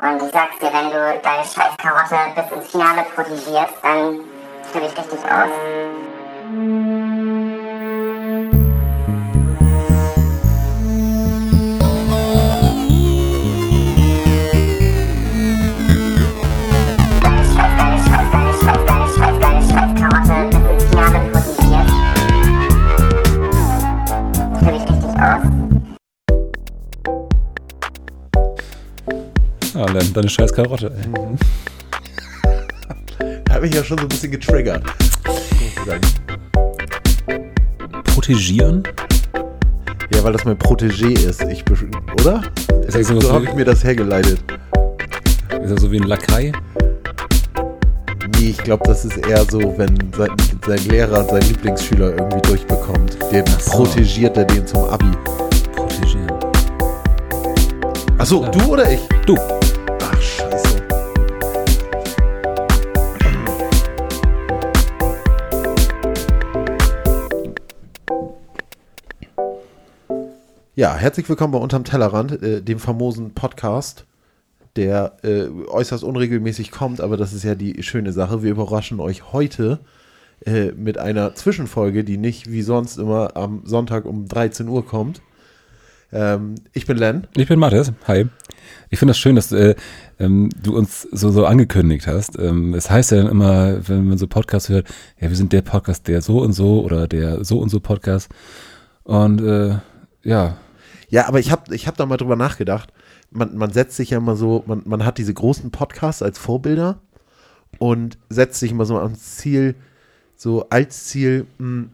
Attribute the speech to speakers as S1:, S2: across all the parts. S1: Und ich sag's dir, wenn du deine scheiß Karotte bis ins Finale protegierst, dann flippe ich richtig aus. Deine scheiß, deine scheiß, deine scheiß, deine scheiß, deine scheiß Karotte bis ins Finale protegierst, flippe ich richtig aus.
S2: Ja, Ah, Len, deine scheiß Karotte, ey.
S3: Hat mich ja schon so ein bisschen getriggert.
S2: Protegieren?
S3: Ja, weil das mein Protégé ist. Ich, besch- oder?
S2: Ist das so
S3: so
S2: was
S3: habe ich
S2: wie-
S3: mir das hergeleitet.
S2: Ist das so wie ein Lakai?
S3: Nee, ich glaube, das ist eher so, wenn sein, sein Lehrer seinen Lieblingsschüler irgendwie durchbekommt. Der
S2: so.
S3: protegiert er den zum Abi.
S2: Protegieren.
S3: Achso, du oder ich?
S2: Du,
S3: Ach, scheiße. Ja, herzlich willkommen bei Unterm Tellerrand, äh, dem famosen Podcast, der äh, äußerst unregelmäßig kommt, aber das ist ja die schöne Sache. Wir überraschen euch heute äh, mit einer Zwischenfolge, die nicht wie sonst immer am Sonntag um 13 Uhr kommt. Ähm, ich bin Len.
S2: ich bin Mathis. Hi. Ich finde das schön, dass äh, ähm, du uns so, so angekündigt hast. Ähm, es heißt ja dann immer, wenn man so Podcasts hört, ja, wir sind der Podcast, der so und so oder der so und so Podcast. Und äh, ja,
S3: Ja, aber ich habe ich hab da mal drüber nachgedacht. Man, man setzt sich ja immer so, man, man hat diese großen Podcasts als Vorbilder und setzt sich immer so ans Ziel, so als Ziel, mh,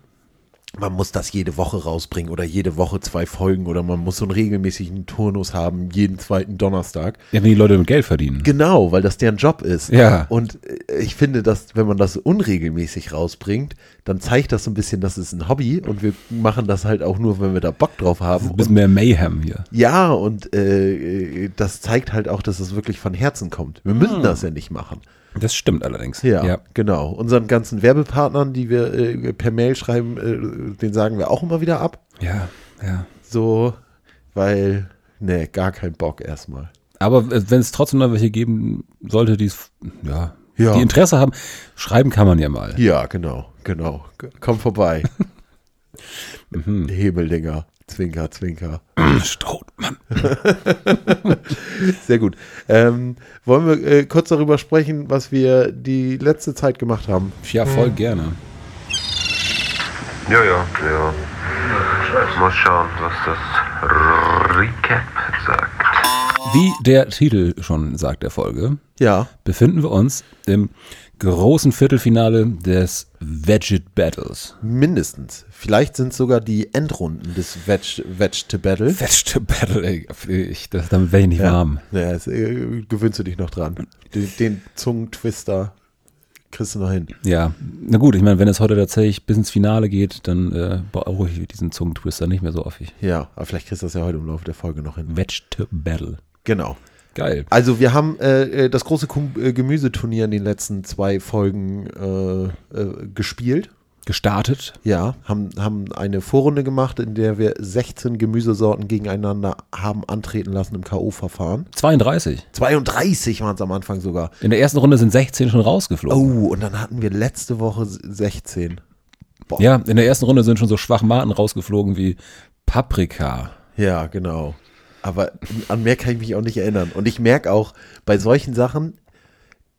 S3: man muss das jede Woche rausbringen oder jede Woche zwei Folgen oder man muss so einen regelmäßigen Turnus haben, jeden zweiten Donnerstag.
S2: ja, wenn die Leute mit Geld verdienen.
S3: Genau, weil das deren Job ist.
S2: Ja.
S3: Und äh, ich finde, dass wenn man das unregelmäßig rausbringt, dann zeigt das so ein bisschen, das ist ein Hobby und wir machen das halt auch nur, wenn wir da Bock drauf haben.
S2: Ein bisschen mehr Mayhem hier.
S3: Ja, und äh, äh, das zeigt halt auch, dass es wirklich von Herzen kommt. Wir müssen das ja nicht machen.
S2: Das stimmt allerdings.
S3: Hm. Ja,
S2: ja.
S3: genau. Unseren ganzen Werbepartnern, die wir äh, per Mail schreiben, äh, den sagen wir auch immer wieder ab.
S2: Ja, ja.
S3: So, weil, ne, gar kein Bock erstmal.
S2: Aber wenn es trotzdem noch welche geben sollte, die es, ja,
S3: Ja.
S2: die Interesse haben, schreiben kann man ja mal.
S3: Ja, genau, genau. G- Komm vorbei. Hebeldinger. Zwinker, Zwinker.
S2: Strohmann.
S3: Sehr gut. Ähm, wollen wir äh, kurz darüber sprechen, was wir die letzte Zeit gemacht haben?
S2: Ja, voll gerne.
S4: Ja, ja, ja. Mal schauen, was das Recap sagt.
S2: Wie der Titel schon sagt der Folge,
S3: Ja.
S2: befinden wir uns im großen Viertelfinale des Veggie Battles.
S3: Mindestens. Vielleicht sind sogar die Endrunden des Veg, Veg to Battle.
S2: Veggie Battle, ey, ich, das, damit werde ich nicht warm.
S3: Ja, es, äh, gewöhnst du dich noch dran. Den, den Zungentwister kriegst du noch hin.
S2: Ja, na gut, ich meine, wenn es heute tatsächlich bis ins Finale geht, dann äh, brauche ich diesen Zungentwister nicht mehr so häufig.
S3: Ja, aber vielleicht kriegst du das ja heute im Laufe der Folge noch hin.
S2: Veggie Battle.
S3: Genau.
S2: Geil.
S3: Also wir haben äh, äh, das große Kum äh, Gemüseturnier in den letzten zwei Folgen äh, äh, gespielt.
S2: Gestartet
S3: Ja, haben, haben eine Vorrunde gemacht, in der wir 16 Gemüsesorten gegeneinander haben antreten lassen im K.O.-Verfahren.
S2: 32.
S3: 32 waren es am Anfang sogar.
S2: In der ersten Runde sind 16 schon rausgeflogen.
S3: Oh, und dann hatten wir letzte Woche 16.
S2: Ja, in der ersten Runde sind schon so Schwachmaten rausgeflogen wie Paprika.
S3: Ja, genau. Aber an mehr kann ich mich auch nicht erinnern. Und ich merke auch, bei solchen Sachen,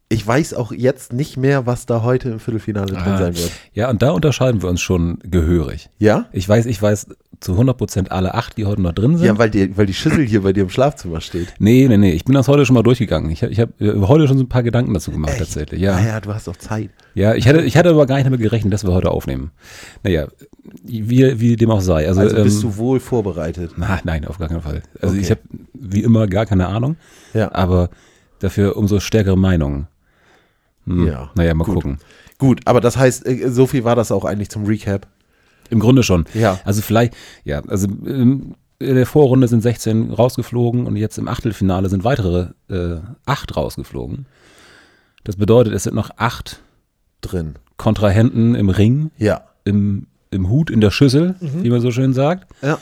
S3: ich weiß auch jetzt nicht mehr, was da heute im Viertelfinale drin sein wird.
S2: Ja, und da unterscheiden wir uns schon gehörig.
S3: Ja?
S2: Ich weiß, ich weiß zu 100% alle acht, die heute noch drin sind.
S3: Ja, weil die, weil die Schüssel hier bei dir im Schlafzimmer steht.
S2: nee, nee, nee, ich bin das heute schon mal durchgegangen. Ich habe ich hab äh, heute schon so ein paar Gedanken dazu gemacht tatsächlich. Ja.
S3: Ah ja, du hast auch Zeit.
S2: Ja, ich hatte, ich hatte aber gar nicht damit gerechnet, dass wir heute aufnehmen. Naja, wie, wie dem auch sei. Also,
S3: Also bist
S2: ähm,
S3: du wohl vorbereitet.
S2: na, nein, auf gar keinen Fall. Also
S3: Okay.
S2: ich habe wie immer gar keine Ahnung,
S3: Ja.
S2: aber dafür umso stärkere Meinungen.
S3: ja.
S2: Naja, mal gucken.
S3: Gut, aber das heißt, äh, so viel war das auch eigentlich zum Recap.
S2: Im Grunde schon.
S3: Ja.
S2: Also vielleicht, ja, also ähm, in der Vorrunde sind 16 rausgeflogen und jetzt im Achtelfinale sind weitere äh, acht rausgeflogen. Das bedeutet, es sind noch acht
S3: Drin.
S2: Kontrahenten im Ring,
S3: Ja. Mhm.
S2: im, im Hut, in der Schüssel, wie man so schön sagt.
S3: Ja.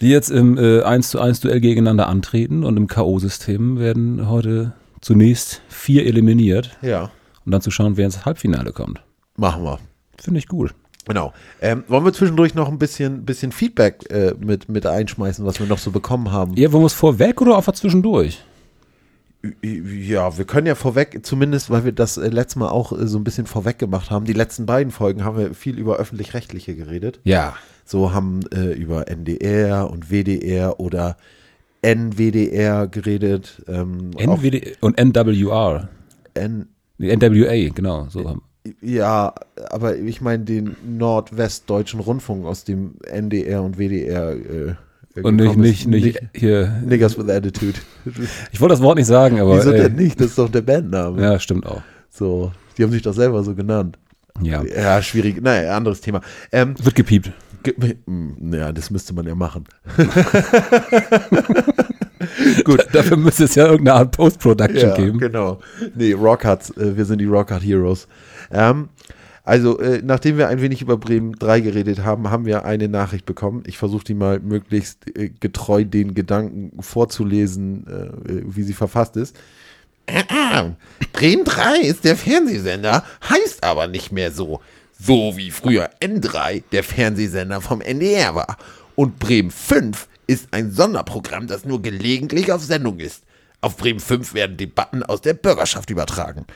S2: die jetzt im äh, 1 zu 1 Duell gegeneinander antreten und im K.O.-System werden heute zunächst vier eliminiert
S3: Ja,
S2: und dann zu schauen, wer ins Halbfinale kommt.
S3: machen wir.
S2: Finde ich gut.
S3: Genau. Ähm, wollen wir zwischendurch noch ein bisschen, bisschen Feedback äh, mit, mit einschmeißen, was wir noch so bekommen haben?
S2: Ja, wollen wir es vorweg oder einfach zwischendurch?
S3: Ja, wir können ja vorweg, zumindest weil wir das äh, letztes Mal auch äh, so ein bisschen vorweg gemacht haben, die letzten beiden Folgen haben wir viel über öffentlich-rechtliche geredet.
S2: Ja.
S3: So haben äh, über NDR und WDR oder NWDR geredet. Ähm, auch
S2: NWD und NWR.
S3: N
S2: Nee, NWA, genau. So. haben-
S3: ja, aber ich meine den nordwestdeutschen Rundfunk, aus dem NDR und WDR. Äh,
S2: Und nicht,
S3: gekommen
S2: nicht,
S3: ist.
S2: nicht hier.
S3: Niggas with Attitude.
S2: Ich wollte das Wort nicht sagen, aber.
S3: Wieso
S2: ey,
S3: denn nicht? Das ist doch der Bandname.
S2: Ja, stimmt auch.
S3: So, die haben sich doch selber so genannt.
S2: Ja.
S3: Ja, schwierig. Naja, anderes Thema. Ähm,
S2: Wird gepiept.
S3: ge- mm, ja, das müsste man ja machen. Gut.
S2: Dafür müsste es ja irgendeine Art Post-Production
S3: Ja,
S2: geben.
S3: genau. Nee, Rockhards, äh, wir sind die Rockhard Heroes. Ähm, also, äh, nachdem wir ein wenig über Bremen 3 geredet haben, haben wir eine Nachricht bekommen. Ich versuche die mal möglichst äh, getreu den Gedanken vorzulesen, äh, wie sie verfasst ist. Ah, Bremen 3 ist der Fernsehsender, heißt aber nicht mehr so. So wie früher N3 der Fernsehsender vom NDR war. Und Bremen 5 ist ein Sonderprogramm, das nur gelegentlich auf Sendung ist. Auf Bremen 5 werden Debatten aus der Bürgerschaft übertragen.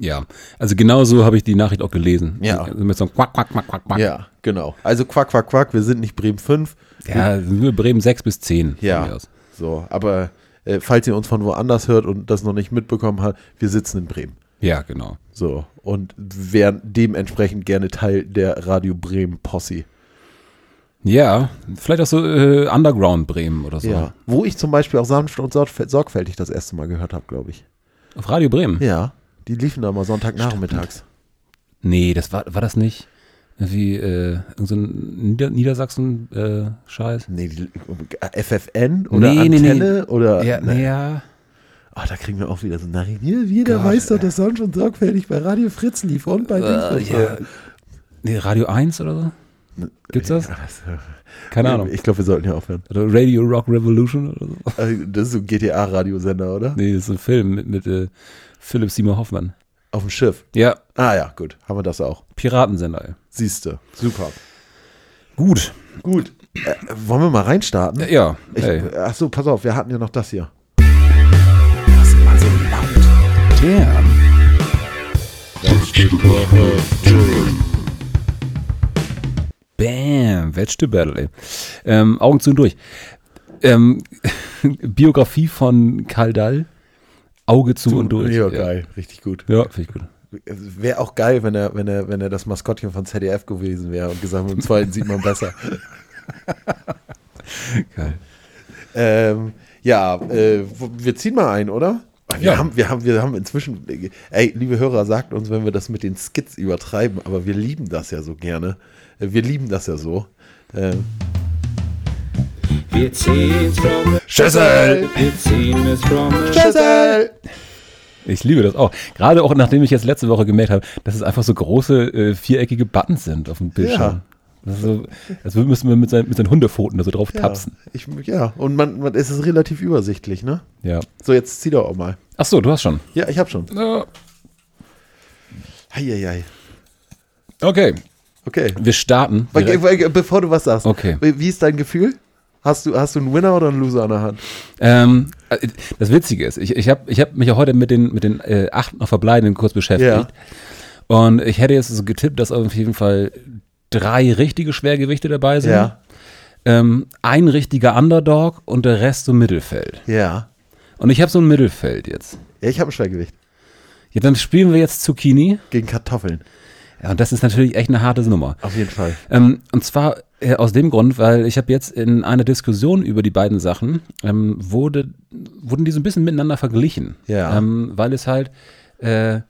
S2: Ja. Also genau so habe ich die Nachricht auch gelesen.
S3: Ja.
S2: Also mit so einem Quack, Quack, Quack, Quack, Quack.
S3: Ja, genau. Also Quack, Quack, Quack, wir sind nicht Bremen 5.
S2: Ja, nur Bremen 6 bis 10. von mir
S3: Ja,
S2: aus.
S3: so. Aber äh, falls ihr uns von woanders hört und das noch nicht mitbekommen habt, wir sitzen in Bremen.
S2: Ja, genau.
S3: So, und wären dementsprechend gerne Teil der Radio Bremen Posse.
S2: Ja, vielleicht auch so äh, Underground Bremen oder so.
S3: Ja. Wo ich zum Beispiel auch sanft und sorgfä- sorgfältig das erste Mal gehört habe, glaube ich.
S2: Auf Radio Bremen?
S3: Ja. Die liefen da mal Sonntagnachmittags.
S2: Nee, das war, war das nicht. Irgendwie äh, irgend so ein Nieder äh, Niedersachsen-Scheiß.
S3: Nee, die, äh, FFN oder
S2: Nee, nee,
S3: Antenne
S2: nee.
S3: oder.
S2: ja,
S3: nee.
S2: ja.
S3: Ah, da kriegen wir auch wieder so Nachrichten. Hier, jeder weiß doch, dass sanft und sorgfältig bei Radio Fritz lief und bei
S2: Äh,
S3: Dingsbums.
S2: ja. Nee, Radio 1 oder so? Gibt's das? Keine Ahnung.
S3: Ah, Ich glaube, wir sollten hier aufhören.
S2: Oder Radio Rock Revolution oder so?
S3: Äh, Das ist so ein GTA-Radiosender, oder?
S2: Nee, das ist ein Film mit, mit äh, Philipp Seymour Hoffmann.
S3: Auf dem Schiff.
S2: Ja,
S3: Ah ja, gut. Haben wir das auch.
S2: Piratensender. ey.
S3: Siehste. Super.
S2: Gut.
S3: Gut. Äh, wollen wir mal reinstarten?
S2: Ja,
S3: Ich, äh,
S2: ey.
S3: ach so, pass auf, wir hatten ja noch das hier.
S2: Damn. Bam, Vegetable Battle, ey. Ähm, Augen zu und durch. Ähm, Biografie von Karl Dall, Auge zu und durch.
S3: Ja, geil. Richtig gut.
S2: Ja, finde ich gut.
S3: Wäre auch geil, wenn er, wenn, er, wenn er das Maskottchen von ZDF gewesen wäre und gesagt, hat, im zweiten sieht man besser.
S2: Geil.
S3: ähm, ja, äh, wo- wir ziehen mal ein, oder? Wir,
S2: Ja.
S3: haben, wir, haben, wir haben inzwischen, ey, liebe Hörer, sagt uns, wenn wir das mit den Skits übertreiben, aber wir lieben das ja so gerne. Äh, Wir lieben das ja so. Ähm,
S5: Wir ziehen's from the
S3: Schüssel!
S5: wir ziehen es from the
S3: Schüssel!
S2: Ich liebe das auch. Gerade auch, nachdem ich jetzt letzte Woche gemerkt habe, dass es einfach so große, äh, viereckige Buttons sind auf dem Bildschirm. Das ist so, als würden- müssen wir mit, seinen mit seinen Hundepfoten da so drauf
S3: Ja,
S2: tapsen.
S3: ich, ja, und man, man, es ist relativ übersichtlich, ne?
S2: Ja.
S3: So, jetzt zieh doch auch mal.
S2: Ach so, du hast schon.
S3: Ja, ich hab schon.
S2: Ja.
S3: Heieiei.
S2: Okay,
S3: Okay.
S2: wir starten.
S3: Weil-
S2: direkt.
S3: weil- Bevor du was sagst,
S2: Okay.
S3: wie wie ist dein Gefühl? Hast du, hast du einen Winner oder einen Loser an der Hand?
S2: Ähm, äh, das Witzige ist, ich, ich habe ich hab mich ja heute mit den, mit den äh, acht noch verbleibenden kurz beschäftigt.
S3: Ja.
S2: Und ich hätte jetzt so getippt, dass auf jeden Fall drei richtige Schwergewichte dabei sind. Ähm, ein richtiger Underdog und der Rest so Mittelfeld.
S3: Ja.
S2: Und ich habe so ein Mittelfeld jetzt.
S3: Ja, ich habe ein Schwergewicht.
S2: Ja, dann spielen wir jetzt Zucchini.
S3: Gegen Kartoffeln.
S2: Ja, und das ist natürlich echt eine harte Nummer.
S3: Auf jeden Fall.
S2: Ähm, und zwar äh, aus dem Grund, weil ich habe jetzt in einer Diskussion über die beiden Sachen, ähm, wurde, wurden die so ein bisschen miteinander verglichen.
S3: Ja.
S2: Ähm, weil es halt äh,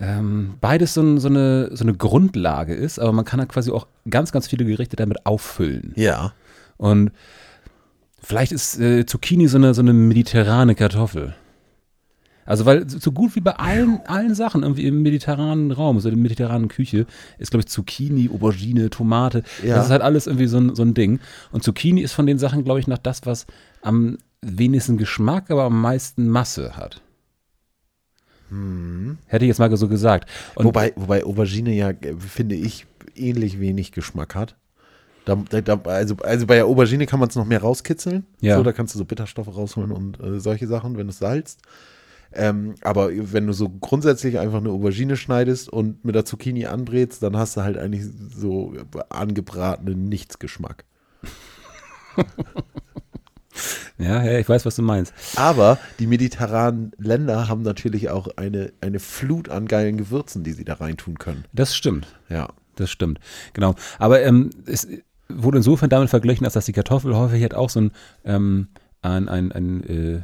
S2: ähm, beides so, ein, so, eine, so eine Grundlage ist, aber man kann halt quasi auch ganz, ganz viele Gerichte damit auffüllen.
S3: Ja.
S2: Und vielleicht ist äh, Zucchini so eine, so eine mediterrane Kartoffel. Also weil so so gut wie bei allen, allen Sachen irgendwie im mediterranen Raum, also in der mediterranen Küche, ist glaube ich Zucchini, Aubergine, Tomate,
S3: Ja.
S2: das ist halt alles irgendwie so ein, so ein Ding. Und Zucchini ist von den Sachen, glaube ich, noch das, was am wenigsten Geschmack, aber am meisten Masse hat. Hätte ich jetzt mal so gesagt. Und
S3: Hm. Wobei, wobei Aubergine ja, äh, finde ich, ähnlich wenig Geschmack hat. Da, da, da, also, also bei der Aubergine kann man es noch mehr rauskitzeln.
S2: Ja.
S3: So, da kannst du so Bitterstoffe rausholen und äh, solche Sachen, wenn du es salzt. Ähm, aber wenn du so grundsätzlich einfach eine Aubergine schneidest und mit der Zucchini anbrätst, dann hast du halt eigentlich so angebratenen Nichtsgeschmack.
S2: ja, ja, ich weiß, was du meinst.
S3: Aber die mediterranen Länder haben natürlich auch eine, eine Flut an geilen Gewürzen, die sie da reintun können.
S2: Das stimmt.
S3: Ja.
S2: Das stimmt, genau. Aber ähm, es wurde insofern damit verglichen, als dass die Kartoffel häufig halt auch so ein, ähm, ein, ein, ein äh,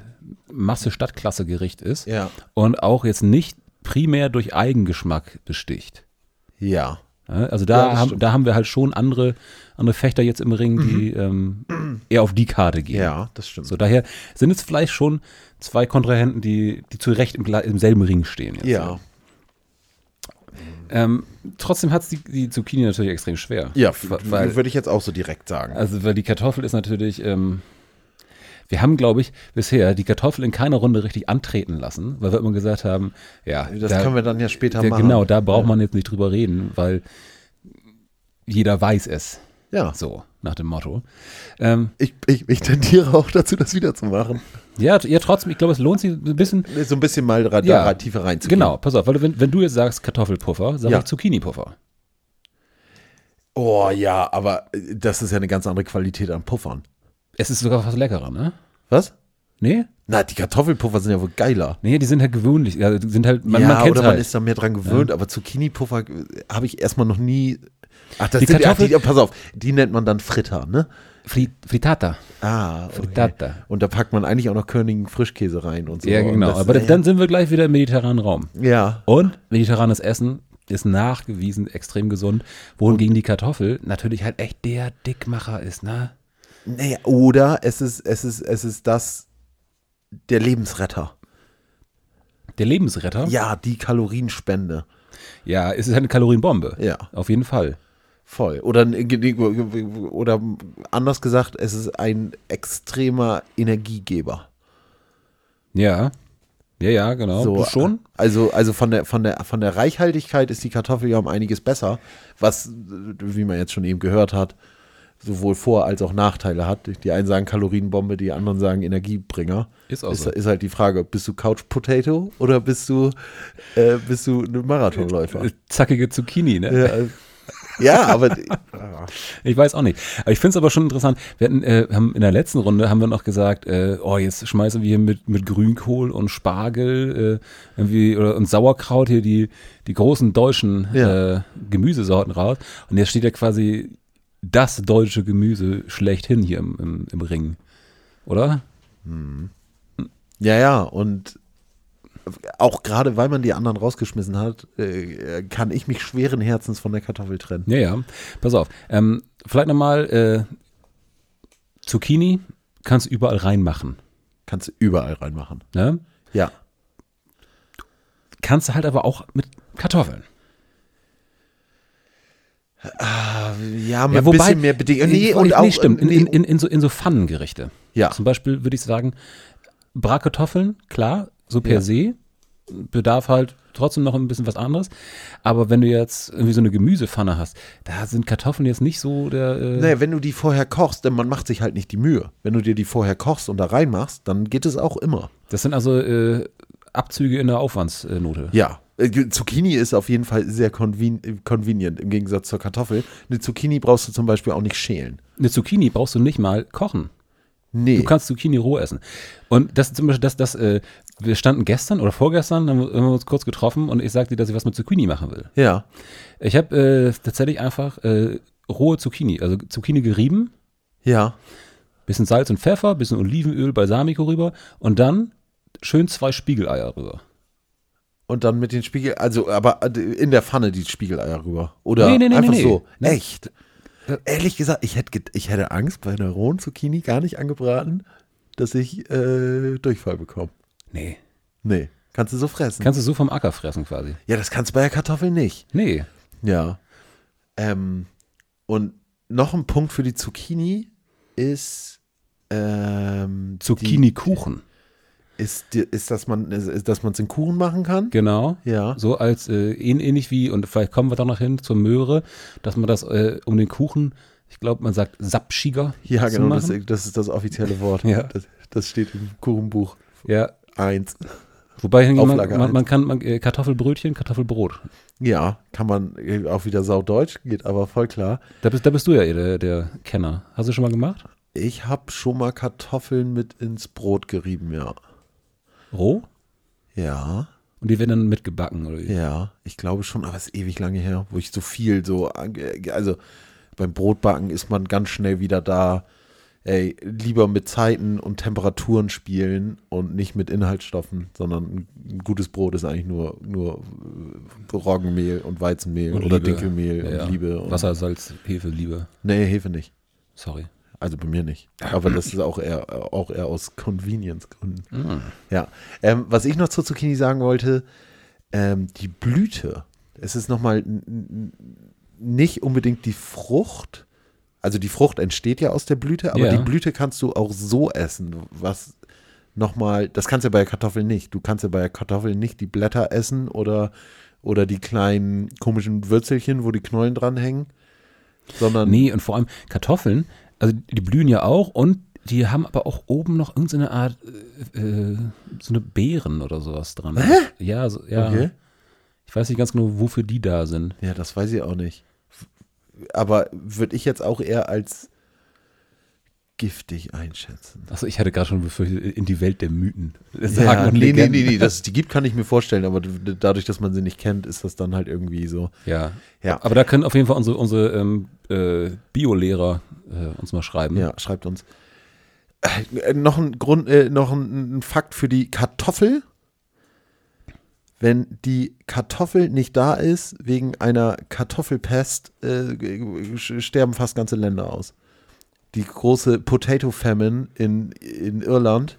S2: Masse-Stadtklasse-Gericht ist
S3: Ja.
S2: und auch jetzt nicht primär durch Eigengeschmack besticht.
S3: Ja.
S2: Ja, Also da,
S3: Ja, das
S2: haben,
S3: stimmt.
S2: da haben wir halt schon andere, andere Fechter jetzt im Ring, die ähm, eher auf die Karte gehen.
S3: Mhm. Ja, das stimmt.
S2: So, daher sind es vielleicht schon zwei Kontrahenten, die, die zu Recht im, gle- im selben Ring stehen. Jetzt.
S3: ja.
S2: Ähm, trotzdem hat es die, die Zucchini natürlich extrem schwer.
S3: Ja,
S2: Wa- weil,
S3: würde ich jetzt auch so direkt sagen.
S2: Also, weil die Kartoffel ist natürlich. Ähm, wir haben, glaube ich, bisher die Kartoffel in keiner Runde richtig antreten lassen, weil wir immer gesagt haben, ja,
S3: das können wir dann ja später
S2: da,
S3: machen.
S2: genau, da braucht man jetzt nicht drüber reden, weil jeder weiß es.
S3: Ja,
S2: So, nach dem Motto. Ähm,
S3: ich, ich, ich tendiere auch dazu, das wieder zu machen.
S2: ja, t- ja, trotzdem, ich glaube, es lohnt sich ein bisschen.
S3: So ein bisschen mal ra-
S2: Ja,
S3: da tiefer reinzugehen.
S2: Genau, pass auf, weil du- wenn, wenn du jetzt sagst Kartoffelpuffer, sag
S3: Ja.
S2: ich Zucchini-Puffer.
S3: Oh ja, aber äh, das ist ja eine ganz andere Qualität an Puffern.
S2: Es ist sogar fast leckerer, ne?
S3: Was?
S2: Nee?
S3: Na, die Kartoffelpuffer sind ja wohl geiler.
S2: Nee, die sind halt gewöhnlich. Ja, die sind halt, man,
S3: ja,
S2: man kennt
S3: oder
S2: halt.
S3: man ist da mehr dran gewöhnt, aber Zucchini-Puffer äh, habe ich erstmal noch nie. Ach, das
S2: Die
S3: sind,
S2: Kartoffel-
S3: ach, die, ja, pass auf, die nennt man dann Fritter, ne?
S2: Fri- Frittata.
S3: Ah, okay.
S2: Frittata.
S3: Und da packt man eigentlich auch noch Körnigen Frischkäse rein und so.
S2: Ja,
S3: Und
S2: genau.
S3: das-
S2: Aber dann sind wir gleich wieder im mediterranen Raum.
S3: Ja,
S2: Und mediterranes Essen ist nachgewiesen extrem gesund, wohingegen die Kartoffel natürlich halt echt der Dickmacher ist, ne?
S3: Naja, oder es ist, es ist, es ist das der Lebensretter.
S2: Der Lebensretter.
S3: Ja, die Kalorienspende.
S2: ja es ist halt eine Kalorienbombe.
S3: Ja.
S2: Auf jeden Fall.
S3: Voll. Oder, äh, oder anders gesagt, es ist ein extremer Energiegeber.
S2: Ja. Ja, ja, genau.
S3: So,
S2: Du schon?
S3: Also, also von, der, von, der, von der Reichhaltigkeit ist die Kartoffel ja um einiges besser, was, wie man jetzt schon eben gehört hat, sowohl Vor- als auch Nachteile hat. Die einen sagen Kalorienbombe, die anderen sagen Energiebringer.
S2: Ist auch
S3: ist,
S2: so.
S3: ist halt die Frage, bist du Couch Potato oder bist du, äh, bist du ein Marathonläufer?
S2: Äh, Zackige Zucchini, ne?
S3: Ja, äh, ja, aber
S2: Ich weiß auch nicht. Aber ich finde es aber schon interessant. Wir hatten, äh, haben in der letzten Runde haben wir noch gesagt, äh, oh, jetzt schmeißen wir hier mit, mit Grünkohl und Spargel äh, irgendwie oder und Sauerkraut hier die, die großen deutschen
S3: Ja.
S2: äh, Gemüsesorten raus. Und jetzt steht ja quasi das deutsche Gemüse schlechthin hier im, im, im Ring. Oder?
S3: ja, ja, und auch gerade weil man die anderen rausgeschmissen hat, äh, kann ich mich schweren Herzens von der Kartoffel trennen.
S2: Ja, ja. Pass auf. Ähm, vielleicht nochmal äh, Zucchini kannst du überall reinmachen.
S3: Kannst du überall reinmachen.
S2: Ne?
S3: Ja.
S2: Kannst du halt aber auch mit Kartoffeln.
S3: Ja, mit ein bisschen mehr Bedingungen.
S2: Nee, und auch, stimmt. In,
S3: nee, ähm,
S2: in, in, in, so, in so Pfannengerichte.
S3: Ja.
S2: Zum Beispiel würde ich sagen, Bratkartoffeln, klar, so per
S3: Ja.
S2: se, bedarf halt trotzdem noch ein bisschen was anderes. Aber wenn du jetzt irgendwie so eine Gemüsepfanne hast, da sind Kartoffeln jetzt nicht so der. Äh,
S3: naja, wenn du die vorher kochst, denn man macht sich halt nicht die Mühe. Wenn du dir die vorher kochst und da reinmachst, dann geht es auch immer.
S2: Das sind also äh, Abzüge in der Aufwandsnote.
S3: Ja. Äh, Zucchini ist auf jeden Fall sehr conven äh, convenient im Gegensatz zur Kartoffel. Eine Zucchini brauchst du zum Beispiel auch nicht schälen.
S2: Eine Zucchini brauchst du nicht mal kochen.
S3: Nee.
S2: Du kannst Zucchini roh essen. Und das zum Beispiel, das, das, äh, wir standen gestern oder vorgestern, haben wir haben wir uns kurz getroffen und ich sagte dir, dass ich was mit Zucchini machen will.
S3: ja.
S2: Ich habe äh, tatsächlich einfach äh, rohe Zucchini, also Zucchini gerieben,
S3: Ja.
S2: bisschen Salz und Pfeffer, bisschen Olivenöl, Balsamico rüber und dann schön zwei Spiegeleier rüber.
S3: Und dann mit den Spiegel, also aber in der Pfanne die Spiegeleier rüber. Oder
S2: Nee, nee, nee,
S3: einfach
S2: nee, nee.
S3: so.
S2: Nee. Ne?
S3: Echt. Ehrlich gesagt, ich hätte, ge- ich hätte Angst bei einer rohen Zucchini gar nicht angebraten, dass ich äh, Durchfall bekomme.
S2: Nee.
S3: Nee. Kannst du so fressen.
S2: Kannst du so vom Acker fressen quasi.
S3: ja, das kannst du bei der Kartoffel nicht.
S2: Nee.
S3: Ja. Ähm, und noch ein Punkt für die Zucchini ist ähm,
S2: Zucchini-Kuchen.
S3: Die, ist, die- ist, dass man ist, ist, dass man es in Kuchen machen kann.
S2: Genau.
S3: Ja.
S2: So als äh, ähn- ähnlich wie, und vielleicht kommen wir da noch hin zur Möhre, dass man das äh, um den Kuchen, ich glaube, man sagt sapschiger.
S3: Ja,
S2: zu
S3: genau. Das,
S2: machen.
S3: das ist das offizielle Wort.
S2: Ja.
S3: Das, das steht im Kuchenbuch
S2: ja.
S3: 1.
S2: Wobei hingegen man,
S3: Auflage
S2: man,
S3: eins.
S2: man kann man, äh, Kartoffelbrötchen, Kartoffelbrot.
S3: Ja, kann man äh, auch wieder saudeutsch, geht aber voll klar.
S2: Da bist, da bist du ja eh der, der Kenner. Hast du schon mal gemacht?
S3: Ich habe schon mal Kartoffeln mit ins Brot gerieben, ja.
S2: Roh?
S3: Ja,
S2: Und die werden dann mitgebacken, oder wie?
S3: ja, ich glaube schon, aber es ist ewig lange her, wo ich so viel so, ange- also beim Brotbacken ist man ganz schnell wieder da, ey, lieber mit Zeiten und Temperaturen spielen und nicht mit Inhaltsstoffen, sondern ein gutes Brot ist eigentlich nur, nur äh, Roggenmehl und Weizenmehl
S2: Und
S3: oder
S2: Liebe.
S3: Dinkelmehl
S2: Ja, ja.
S3: und Liebe. Und,
S2: Wasser, Salz, Hefe, Liebe.
S3: Nee, Hefe nicht.
S2: Sorry.
S3: Also bei mir nicht. Aber das ist auch eher, auch eher aus Convenience-Gründen.
S2: Ah.
S3: Ja. Ähm, was ich noch zur Zucchini sagen wollte, ähm, die Blüte. Es ist nochmal n- n- nicht unbedingt die Frucht. Also die Frucht entsteht ja aus der Blüte, aber
S2: Ja.
S3: die Blüte kannst du auch so essen, was nochmal, das kannst du ja bei der Kartoffel nicht. Du kannst ja bei der Kartoffel nicht die Blätter essen oder, oder die kleinen komischen Würzelchen, wo die Knollen dranhängen, sondern
S2: Nee, und vor allem Kartoffeln, also die blühen ja auch und die haben aber auch oben noch irgendeine Art, äh, äh, so eine Beeren oder sowas dran. Hä? Ja, so, ja.
S3: Okay.
S2: Ich weiß nicht ganz genau, wofür die da sind.
S3: Ja, das weiß ich auch nicht. Aber würde ich jetzt auch eher als giftig einschätzen.
S2: Achso, Also ich hatte gerade schon befürchtet, in die Welt der Mythen.
S3: Ja, nee, nee,
S2: Legenden.
S3: nee, nee, dass es die gibt, kann ich mir vorstellen, aber d- dadurch, dass man sie nicht kennt, ist das dann halt irgendwie so.
S2: Ja.
S3: Ja.
S2: Aber da können auf jeden Fall unsere, unsere ähm, äh, Bio-Lehrer äh, uns mal schreiben.
S3: Ja, schreibt uns. Äh, noch ein Grund, äh, noch ein, ein Fakt für die Kartoffel. Wenn die Kartoffel nicht da ist, wegen einer Kartoffelpest, äh, g- g- sch- sterben fast ganze Länder aus. Die große Potato Famine in, in Irland,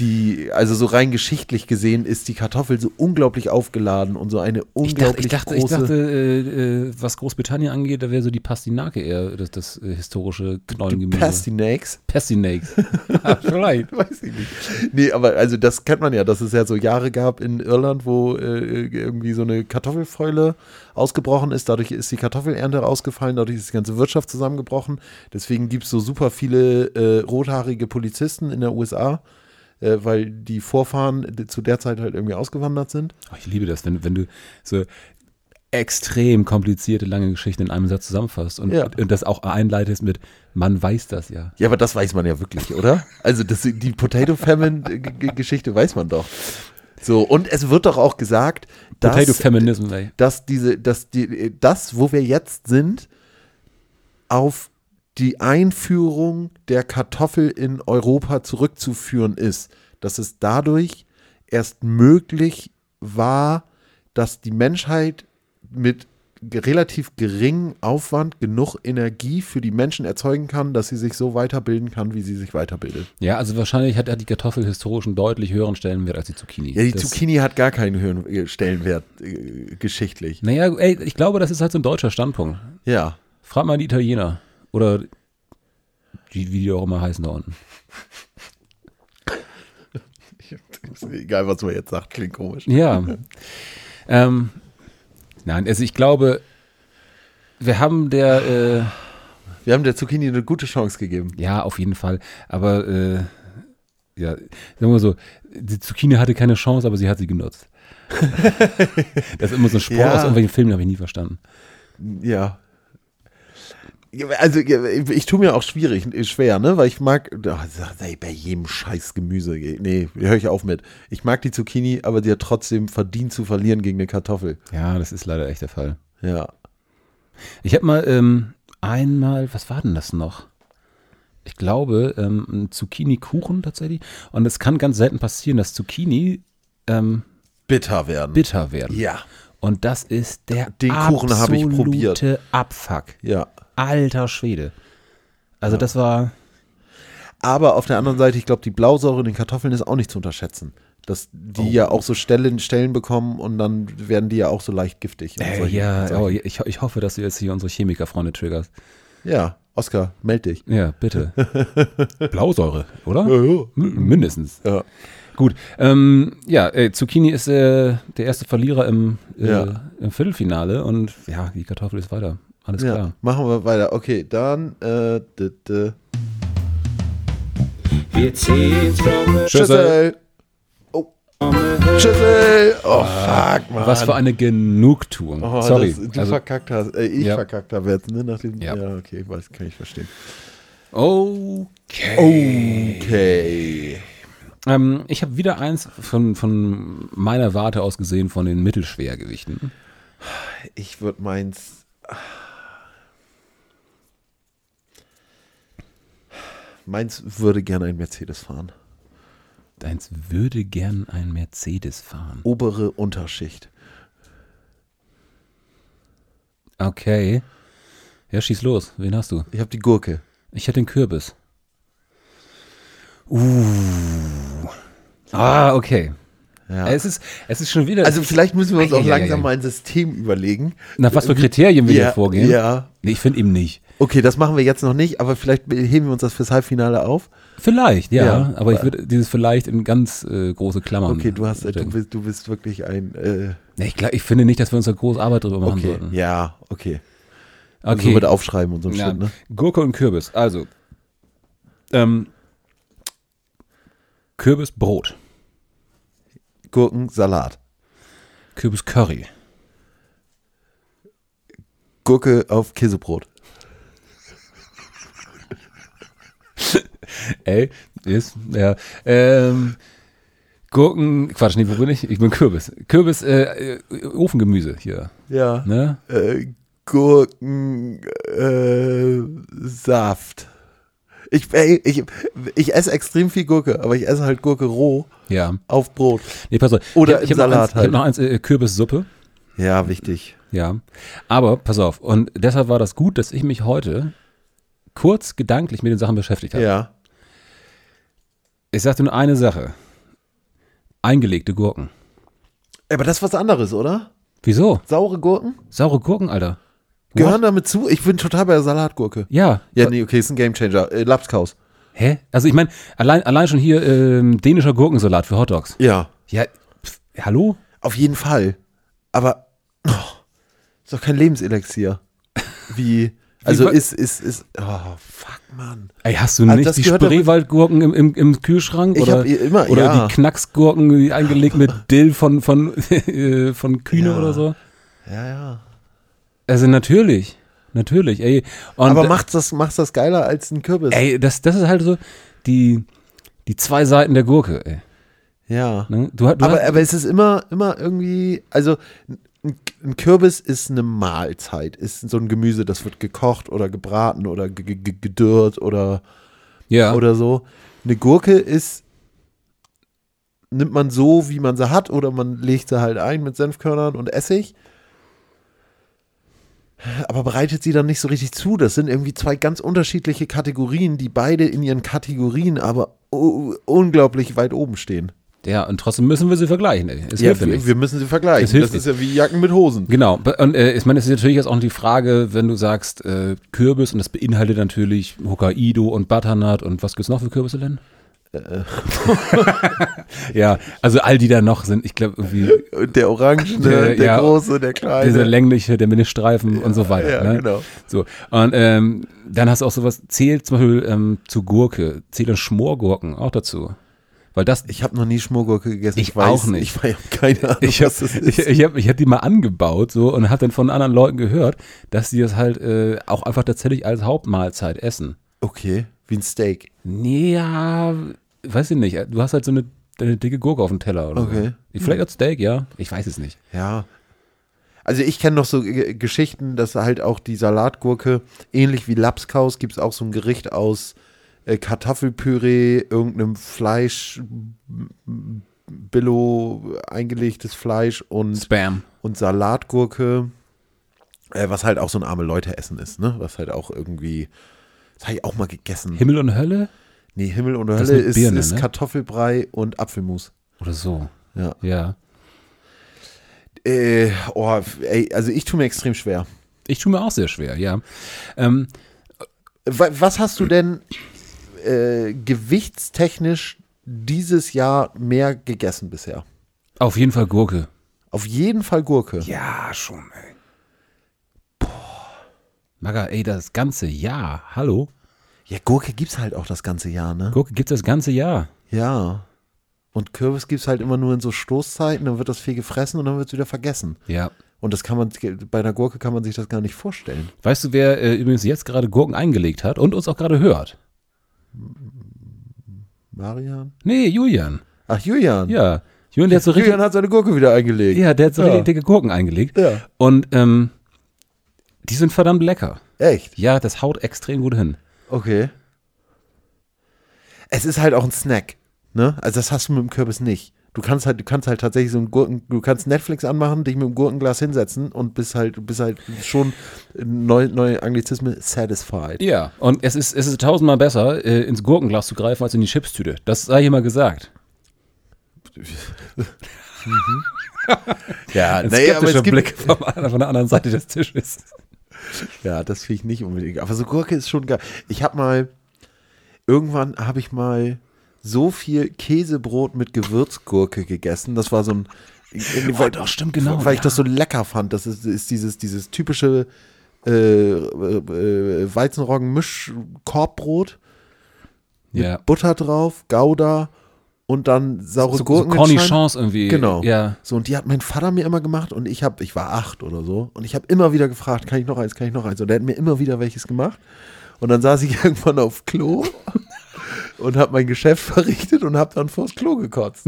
S3: die, also so rein geschichtlich gesehen, ist die Kartoffel so unglaublich aufgeladen und so eine
S2: Ich dachte,
S3: unglaublich
S2: ich dachte, ich
S3: große.
S2: dachte äh, äh, was Großbritannien angeht, da wäre so die Pastinake eher das, das äh, historische Knollengemüse.
S3: Pastinakes.
S2: Pastinakes. Vielleicht.
S3: Weiß ich nicht. Nee, aber also das kennt man ja, dass es ja so Jahre gab in Irland, wo äh, irgendwie so eine Kartoffelfäule ausgebrochen ist. Dadurch ist die Kartoffelernte ausgefallen, dadurch ist die ganze Wirtschaft zusammengebrochen. Deswegen gibt es so super viele äh, rothaarige Polizisten in der USA, äh, weil die Vorfahren d- zu der Zeit halt irgendwie ausgewandert sind.
S2: Oh, ich liebe das, wenn, wenn du so extrem komplizierte, lange Geschichten in einem Satz zusammenfasst und,
S3: Ja.
S2: und das auch einleitest mit, man weiß das ja.
S3: Ja, aber das weiß man ja wirklich, oder? Also das, die Potato Famine-Geschichte weiß man doch. So, und es wird doch auch gesagt, dass.
S2: Potato Feminism, ey.
S3: dass diese, dass die, das, wo wir jetzt sind, auf die Einführung der Kartoffel in Europa zurückzuführen ist. Dass es dadurch erst möglich war, dass die Menschheit mit ge- relativ geringem Aufwand genug Energie für die Menschen erzeugen kann, dass sie sich so weiterbilden kann, wie sie sich weiterbildet.
S2: Ja, also wahrscheinlich hat, hat die Kartoffel historisch einen deutlich höheren Stellenwert als die Zucchini.
S3: Ja, die
S2: das,
S3: Zucchini hat gar keinen höheren äh, Stellenwert äh, geschichtlich.
S2: Naja, ey, ich glaube, das ist halt so ein deutscher Standpunkt.
S3: Ja.
S2: Frag mal die Italiener oder die, wie die auch immer heißen da unten.
S3: Egal, was man jetzt sagt, klingt komisch.
S2: Ja. ähm, nein, also ich glaube, wir haben der, äh,
S3: Wir haben der Zucchini eine gute Chance gegeben.
S2: ja, auf jeden Fall, aber äh, ja, sagen wir mal so, die Zucchini hatte keine Chance, aber sie hat sie genutzt. das ist immer so ein Spruch
S3: Ja.
S2: aus irgendwelchen Filmen, habe ich nie verstanden.
S3: Ja. Also ich, ich tue mir auch schwierig, äh, schwer, ne? Weil ich mag, ach, ey, bei jedem Scheiß Gemüse, nee, höre ich auf mit. Ich mag die Zucchini, aber die hat trotzdem verdient zu verlieren gegen eine Kartoffel.
S2: Ja, das ist leider echt der Fall.
S3: Ja.
S2: Ich habe mal ähm, einmal, was war denn das noch? Ich glaube, ähm, ein Zucchini-Kuchen tatsächlich. Und es kann ganz selten passieren, dass Zucchini ähm,
S3: Bitter werden.
S2: bitter werden.
S3: Ja.
S2: Und das ist der
S3: Den Kuchen habe ich probiert.
S2: absolute Abfuck.
S3: Ja.
S2: Alter Schwede. Also das war,
S3: Aber auf der anderen Seite, ich glaube, die Blausäure in den Kartoffeln ist auch nicht zu unterschätzen. Dass
S2: Oh.
S3: die ja auch so Stellen, Stellen bekommen und dann werden die ja auch so leicht giftig. und
S2: Äh,
S3: solche-
S2: ja,
S3: solche-
S2: oh, ich, ich hoffe, dass du jetzt hier unsere Chemikerfreunde triggerst.
S3: ja, Oscar, meld dich.
S2: Ja, bitte. Blausäure, oder?
S3: Ja, ja.
S2: M- Mindestens.
S3: Ja.
S2: Gut. Ähm, ja, äh, Zucchini ist äh, der erste Verlierer im, äh,
S3: Ja.
S2: im Viertelfinale und ja, die Kartoffel ist weiter. Alles
S3: Ja,
S2: klar.
S3: machen wir weiter. Okay, dann. Äh, d -d
S5: Wir ziehen's from the
S3: Schüssel! Oh. Schüssel! Oh, fuck, Mann.
S2: Ah, Was für eine Genugtuung.
S3: Oh,
S2: Sorry.
S3: Das, du
S2: also,
S3: verkackt hast. Äh, ich
S2: Ja.
S3: verkackt habe jetzt, ne? Nach diesem,
S2: Ja.
S3: ja. okay, ich weiß, kann ich verstehen.
S2: okay.
S3: Okay.
S2: Ähm, ich habe wieder eins von, von meiner Warte aus gesehen von den Mittelschwergewichten.
S3: Ich würde meins. Meins würde gerne ein Mercedes fahren.
S2: Deins würde gern ein Mercedes fahren.
S3: Obere Unterschicht.
S2: Okay. Ja, schieß los. Wen hast du?
S3: Ich habe die Gurke.
S2: Ich hätte den Kürbis. Uh. Ah, okay.
S3: Ja.
S2: Es, ist, es ist schon wieder.
S3: also vielleicht müssen wir uns
S2: Ei,
S3: auch
S2: ei, ei,
S3: langsam
S2: ei.
S3: mal ein System überlegen.
S2: Nach was für Kriterien wir
S3: Ja,
S2: hier vorgehen?
S3: ja.
S2: Nee, ich finde ihm nicht.
S3: Okay, das machen wir jetzt noch nicht, aber vielleicht heben wir uns das fürs Halbfinale auf.
S2: Vielleicht, ja.
S3: Ja.
S2: aber ich würde dieses vielleicht in ganz äh, große Klammern.
S3: Okay, du hast, äh, du
S2: stecken.
S3: bist, du bist wirklich ein. Äh,
S2: Nee, ich, glaub, ich finde nicht, dass wir uns da groß Arbeit drüber machen
S3: okay,
S2: sollten.
S3: ja, okay.
S2: Okay.
S3: So wird aufschreiben und so ein
S2: Ja.
S3: Shit, ne?
S2: Gurke und Kürbis. Also. Ähm, Kürbisbrot.
S3: Gurken, Salat.
S2: Kürbiscurry.
S3: Gurke auf Käsebrot.
S2: Ey, ist, ja. Ähm, Gurken, Quatsch, nee, wo bin ich? Ich bin Kürbis. Kürbis, äh, äh, Ofengemüse hier,
S3: Ja.
S2: ne?
S3: Äh, Gurken, äh, Saft. Ich, ey, ich, ich esse extrem viel Gurke, aber ich esse halt Gurke roh
S2: Ja.
S3: auf Brot.
S2: Nee, pass auf.
S3: Oder
S2: ich,
S3: im
S2: ich hab noch
S3: Salat
S2: eins, Ich
S3: halt.
S2: hab noch eins, äh, Kürbissuppe,
S3: Ja, wichtig.
S2: ja. Aber, pass auf, und deshalb war das gut, dass ich mich heute kurz gedanklich mit den Sachen beschäftigt
S3: Ja.
S2: habe. Ich sagte nur eine Sache. Eingelegte Gurken.
S3: Aber das ist was anderes, oder?
S2: Wieso?
S3: Saure Gurken?
S2: Saure Gurken, Alter. What?
S3: Gehören damit zu? Ich bin total bei der Salatgurke.
S2: Ja.
S3: Ja, nee, okay, ist ein Gamechanger. Äh, Lapskaus.
S2: Hä? Also ich meine, allein, allein schon hier ähm, dänischer Gurkensalat für Hotdogs.
S3: Ja.
S2: Ja, pf, hallo?
S3: Auf jeden Fall. Aber oh, ist doch kein Lebenselixier. Wie. Also
S2: wa-
S3: ist, ist, ist. Oh, fuck, Mann.
S2: Ey, hast du
S3: Also
S2: nicht
S3: das
S2: die
S3: gehört damit-
S2: Spreewaldgurken im, im, im Kühlschrank?
S3: Ich
S2: oder,
S3: hab ihr immer-
S2: Oder
S3: ja.
S2: die Knacksgurken, die eingelegt mit Dill von, von, äh, von Kühne
S3: Ja.
S2: oder so?
S3: Ja, ja.
S2: Also natürlich, natürlich, ey. Und
S3: Aber
S2: äh,
S3: macht's das, macht's das geiler als ein Kürbis?
S2: Ey, das, das ist halt so die, die zwei Seiten der Gurke, ey.
S3: Ja.
S2: Ne? Du, hast- du
S3: Aber,
S2: hast,
S3: aber es ist immer, immer irgendwie, also ein, ein Kürbis ist eine Mahlzeit, ist so ein Gemüse, das wird gekocht oder gebraten oder ge- ge- ge- gedörrt oder,
S2: ja,
S3: oder so. Eine Gurke ist, nimmt man so, wie man sie hat oder man legt sie halt ein mit Senfkörnern und Essig. Aber bereitet sie dann nicht so richtig zu. Das sind irgendwie zwei ganz unterschiedliche Kategorien, die beide in ihren Kategorien aber u- unglaublich weit oben stehen.
S2: ja, und trotzdem müssen wir sie vergleichen, ey. Es
S3: Ja,
S2: hilft ja
S3: wir,
S2: nichts.
S3: wir müssen sie vergleichen.
S2: Es hilft
S3: Das ist ja wie Jacken mit Hosen.
S2: Genau. Be- Und äh, ich meine, es ist natürlich jetzt auch die Frage, wenn du sagst äh, Kürbis und das beinhaltet natürlich Hokkaido und Butternut und was gibt's noch für Kürbisse denn?
S3: Äh.
S2: ja, also all die da noch sind, ich glaube, irgendwie
S3: Der Orangene,
S2: Äh,
S3: der,
S2: ja.
S3: Große,
S2: dieser
S3: der Kleine.
S2: längliche, der mit den Streifen und so weiter.
S3: ja,
S2: ne?
S3: genau.
S2: So. Und ähm, dann hast du auch sowas, zählt zum Beispiel ähm, zu Gurke, zählt dann Schmorgurken auch dazu. Weil das,
S3: Ich habe noch nie Schmorgurke gegessen.
S2: Ich auch nicht.
S3: Ich weiß keine Ahnung,
S2: Ich habe
S3: was das
S2: ich,
S3: ist.
S2: ich hab, ich hab die mal angebaut so und habe dann von anderen Leuten gehört, dass die das halt äh, auch einfach tatsächlich als Hauptmahlzeit essen.
S3: okay, wie ein Steak.
S2: Nee, ja, weiß ich nicht. Du hast halt so eine, eine dicke Gurke auf dem Teller oder
S3: Okay.
S2: so. Vielleicht als Steak, ja. Ich weiß es nicht.
S3: Ja. Also ich kenne noch so G Geschichten, dass halt auch die Salatgurke, ähnlich wie Lapskaus, gibt es auch so ein Gericht aus äh, Kartoffelpüree, irgendeinem Fleisch, m- m- Billo, eingelegtes Fleisch und
S2: Spam.
S3: und Salatgurke, äh, was halt auch so ein arme Leute essen ist, ne? Was halt auch irgendwie, das habe ich auch mal gegessen.
S2: Himmel und Hölle?
S3: nee, Himmel und
S2: Das
S3: Hölle
S2: mit
S3: ist,
S2: Birne,
S3: ist
S2: ne?
S3: Kartoffelbrei und Apfelmus.
S2: Oder so.
S3: Ja.
S2: Ja.
S3: Äh, oh, ey, also ich tue mir extrem schwer.
S2: Ich tue mir auch sehr schwer, ja. Ähm,
S3: Wa- Was hast du denn äh, gewichtstechnisch dieses Jahr mehr gegessen bisher?
S2: auf jeden Fall Gurke.
S3: Auf jeden Fall Gurke.
S2: Ja, schon, ey. Boah. Maga, ey, das ganze Jahr. Hallo?
S3: Ja, Gurke gibt's halt auch das ganze Jahr, ne?
S2: Gurke gibt's das ganze Jahr.
S3: Ja. Und Kürbis gibt's halt immer nur in so Stoßzeiten, dann wird das viel gefressen und dann wird's wieder vergessen.
S2: Ja.
S3: Und das kann man, bei einer Gurke kann man sich das gar nicht vorstellen.
S2: Weißt du, wer äh, übrigens jetzt gerade Gurken eingelegt hat und uns auch gerade hört?
S3: Marian?
S2: Nee, Julian.
S3: Ach, Julian.
S2: Ja. Julian, der hat so richtig.
S3: Julian hat seine Gurke wieder eingelegt.
S2: Ja, der hat so
S3: Ja.
S2: richtig dicke Gurken eingelegt.
S3: Ja.
S2: Und ähm, die sind verdammt lecker.
S3: Echt?
S2: Ja, das haut extrem gut hin.
S3: Okay. Es ist halt auch ein Snack, ne? Also das hast du mit dem Kürbis nicht. Du kannst halt, du kannst halt tatsächlich so einen Gurken, du kannst Netflix anmachen, dich mit dem Gurkenglas hinsetzen und bist halt, du bist halt schon neu, neue Anglizismen satisfied.
S2: Ja, und es ist, es ist tausendmal besser, äh, ins Gurkenglas zu greifen, als in die Chipstüte. Das sei hier mal gesagt.
S3: Mhm. Ja,
S2: Ein
S3: naja, aber
S2: skeptischer
S3: es gibt,
S2: Blick vom, anderen- von der anderen Seite des Tisches.
S3: Ja, das finde ich nicht unbedingt. Aber so Gurke ist schon geil. Ich habe mal, irgendwann habe ich mal so viel Käsebrot mit Gewürzgurke gegessen. Das war so ein. weil,
S2: doch, stimmt, genau,
S3: Weil ich
S2: ja.
S3: das so lecker fand. Das ist, ist dieses, dieses typische äh, äh, Weizenroggen-Mischkorbbrot.
S2: Ja.
S3: Butter drauf, Gouda und dann saure
S2: So, so
S3: Gurken.
S2: Cornichons irgendwie.
S3: Genau.
S2: Ja.
S3: So, und die hat mein Vater mir immer gemacht und ich habe, ich war acht oder so, und ich habe immer wieder gefragt, kann ich noch eins, kann ich noch eins? Und er hat mir immer wieder welches gemacht. Und dann saß ich irgendwann auf Klo und habe mein Geschäft verrichtet und habe dann vors Klo gekotzt.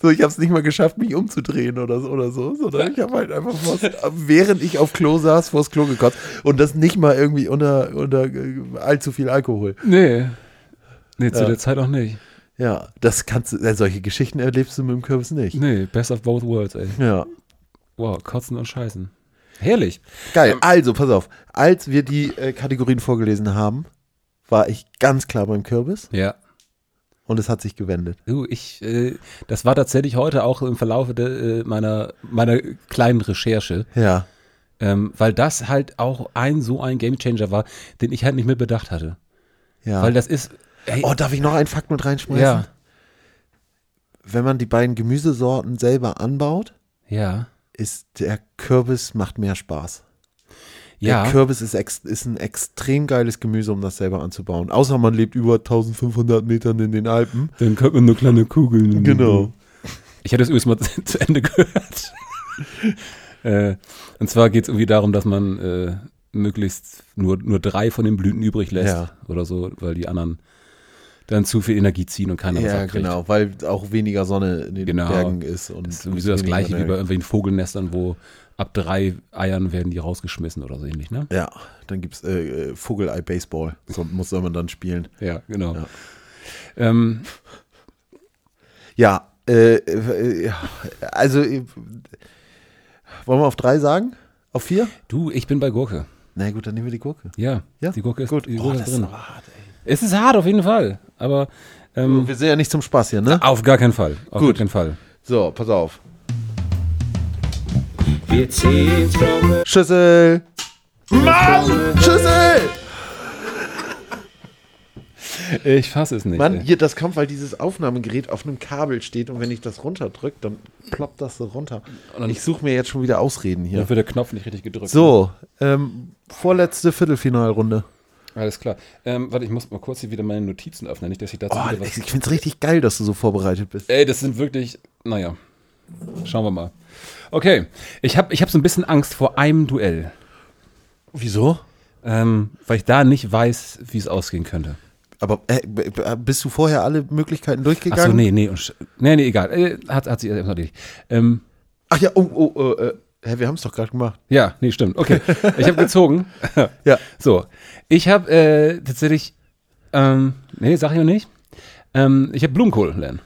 S3: So, ich habe es nicht mal geschafft, mich umzudrehen oder so, oder so sondern ich habe halt einfach, vors, während ich auf Klo saß, vors Klo gekotzt. Und das nicht mal irgendwie unter, unter äh, allzu viel Alkohol.
S2: Nee. Nee, zu
S3: Ja.
S2: der Zeit auch nicht.
S3: Ja, das kannst du, äh, solche Geschichten erlebst du mit dem Kürbis nicht.
S2: Nee, best of both worlds, ey.
S3: Ja.
S2: Wow, kotzen und scheißen. Herrlich. Ähm.
S3: Geil. Also, pass auf. Als wir die äh, Kategorien vorgelesen haben, war ich ganz klar beim Kürbis
S2: Ja.
S3: und es hat sich gewendet.
S2: Du, ich, äh, das war tatsächlich heute auch im Verlauf de, äh, meiner, meiner kleinen Recherche,
S3: Ja.
S2: ähm, weil das halt auch ein so ein Gamechanger war, den ich halt nicht mit bedacht hatte.
S3: Ja.
S2: Weil das ist, ey,
S3: oh, darf ich noch einen Fakt mit reinschmeißen?
S2: ja,
S3: Wenn man die beiden Gemüsesorten selber anbaut,
S2: ja,
S3: ist der Kürbis macht mehr Spaß. Der
S2: ja,
S3: Kürbis ist, ex, ist ein extrem geiles Gemüse, um das selber anzubauen. Außer man lebt über 1500 Metern in den Alpen.
S2: dann könnte man nur kleine Kugeln.
S3: Genau.
S2: Ich hätte es übrigens mal zu Ende gehört. äh, und zwar geht es irgendwie darum, dass man äh, möglichst nur, nur drei von den Blüten übrig lässt
S3: Ja.
S2: oder so, weil die anderen dann zu viel Energie ziehen und keiner was
S3: Ja,
S2: abkriegt.
S3: genau, weil auch weniger Sonne in den
S2: Genau.
S3: Bergen ist. Und
S2: Das ist sowieso das
S3: weniger
S2: gleiche wie bei
S3: Berge.
S2: irgendwelchen Vogelnestern, wo ab drei Eiern werden die rausgeschmissen oder so ähnlich, ne?
S3: Ja, dann gibt es äh, äh, Vogelei-Baseball. So muss soll man dann spielen.
S2: Ja, genau.
S3: Ja.
S2: Ähm,
S3: Ja, äh, äh, ja, also äh, wollen wir auf drei sagen? Auf vier?
S2: du, ich bin bei Gurke.
S3: Na gut, dann nehmen wir die Gurke.
S2: Ja,
S3: Ja,
S2: die Gurke ist,
S3: gut.
S2: Die
S3: oh,
S2: Gurke
S3: das
S2: ist
S3: ist
S2: drin.
S3: aber hart, ey.
S2: Es ist hart auf jeden Fall, aber ähm,
S3: Wir sind ja nicht zum Spaß hier, ne?
S2: auf gar keinen Fall. Auf
S3: Gut.
S2: gar keinen Fall.
S3: So, pass auf.
S5: Wir ziehen's fromme
S3: Schüssel! Mann! Schüssel!
S2: Ich fasse es nicht.
S3: Mann,
S2: ey.
S3: hier, das kommt, weil dieses Aufnahmegerät auf einem Kabel steht und wenn ich das runterdrücke, dann ploppt das so runter.
S2: dann-
S3: ich suche mir jetzt schon wieder Ausreden hier.
S2: Dann wird der Knopf nicht richtig gedrückt. ne?
S3: So, ähm, vorletzte Viertelfinalrunde.
S2: Alles klar. Ähm, warte, ich muss mal kurz hier wieder meine Notizen öffnen, nicht, dass ich dazu
S3: Oh,
S2: wieder was.
S3: ich ich finde es richtig geil, dass du so vorbereitet bist.
S2: Ey, das sind wirklich. Naja. Schauen wir mal. Okay. Ich habe ich hab so ein bisschen Angst vor einem Duell.
S3: Wieso?
S2: Ähm, weil ich da nicht weiß, wie es ausgehen könnte.
S3: Aber äh, b- b- bist du vorher alle Möglichkeiten
S2: Ach so,
S3: durchgegangen?
S2: nee, nee, und sch- nee, nee, egal. Äh, hat, hat sich erst erledigt. Ähm,
S3: Ach ja, oh, oh, oh äh, hä, wir haben es doch gerade gemacht.
S2: ja, nee, stimmt. Okay. Ich habe gezogen.
S3: Ja.
S2: So. Ich habe äh, tatsächlich. Ähm, nee, sag ich noch nicht. Ähm, ich habe Blumenkohl lernen.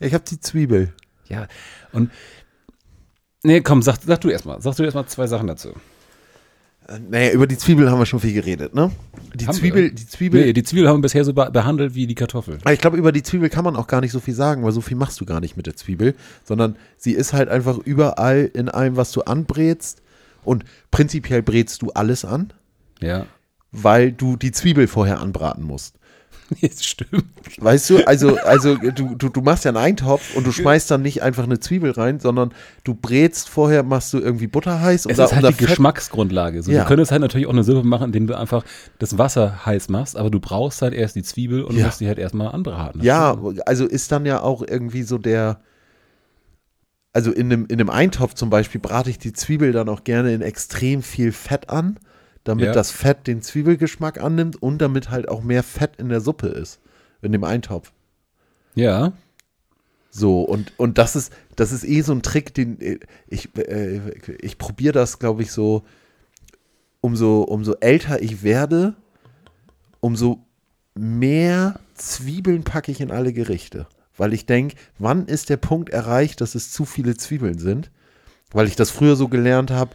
S3: Ich habe die Zwiebel.
S2: Ja. Und. Nee, komm, sag, sag du erstmal. Sag du erstmal zwei Sachen dazu.
S3: Äh, Naja, über die Zwiebel haben wir schon viel geredet, ne? Die
S2: Haben wir?
S3: Zwiebel, die Zwiebel.
S2: Nee, die Zwiebel haben wir bisher so be- behandelt wie die Kartoffel.
S3: Aber ich glaube, über die Zwiebel kann man auch gar nicht so viel sagen, weil so viel machst du gar nicht mit der Zwiebel, sondern sie ist halt einfach überall in allem, was du anbrätst. Und prinzipiell brätst du alles an,
S2: Ja.
S3: weil du die Zwiebel vorher anbraten musst.
S2: Jetzt stimmt.
S3: Weißt du, also, also du, du, du machst ja einen Eintopf und du schmeißt dann nicht einfach eine Zwiebel rein, sondern du brätst vorher, machst du irgendwie Butter heiß
S2: Es
S3: da-
S2: ist halt
S3: da
S2: die
S3: Fett-
S2: Geschmacksgrundlage. So,
S3: Ja.
S2: Du könntest halt natürlich auch eine Suppe machen, indem du einfach das Wasser heiß machst, aber du brauchst halt erst die Zwiebel und
S3: Ja.
S2: musst die halt erstmal anbraten.
S3: Ja, also ist dann ja auch irgendwie so der. Also in einem, in einem Eintopf zum Beispiel brate ich die Zwiebel dann auch gerne in extrem viel Fett an, damit
S2: Ja.
S3: das Fett den Zwiebelgeschmack annimmt und damit halt auch mehr Fett in der Suppe ist, in dem Eintopf.
S2: Ja.
S3: So, und, und das ist, das ist eh so ein Trick, den äh, ich, äh, ich probiere das, glaube ich, so, umso, umso älter ich werde, umso mehr Zwiebeln packe ich in alle Gerichte. Weil ich denke, wann ist der Punkt erreicht, dass es zu viele Zwiebeln sind? Weil ich das früher so gelernt habe,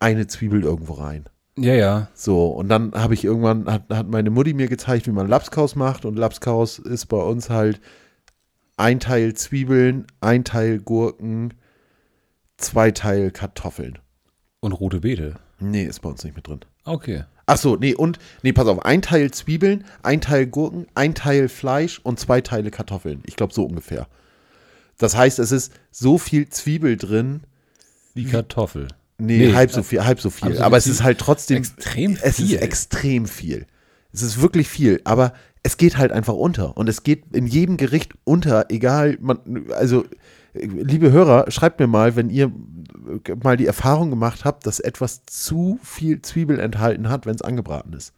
S3: eine Zwiebel irgendwo rein.
S2: Ja, ja.
S3: So, und dann habe ich irgendwann, hat, hat meine Mutti mir gezeigt, wie man Lapskaus macht. Und Lapskaus ist bei uns halt ein Teil Zwiebeln, ein Teil Gurken, zwei Teil Kartoffeln.
S2: Und rote Beete.
S3: Nee, ist bei uns nicht mit drin.
S2: Okay.
S3: Ach so, nee, und, nee, pass auf, ein Teil Zwiebeln, ein Teil Gurken, ein Teil Fleisch und zwei Teile Kartoffeln. Ich glaube, so ungefähr. Das heißt, es ist so viel Zwiebel drin.
S2: Die Kartoffel.
S3: Nee, halb so
S2: äh,
S3: viel, halb so viel.
S2: halb so
S3: Aber es
S2: viel.
S3: ist halt trotzdem.
S2: Extrem
S3: Es
S2: viel.
S3: ist extrem viel. Es ist wirklich viel, aber es geht halt einfach unter. Und es geht in jedem Gericht unter, egal, man, also, äh, liebe Hörer, schreibt mir mal, wenn ihr äh, mal die Erfahrung gemacht habt, dass etwas zu viel Zwiebel enthalten hat, wenn es angebraten ist.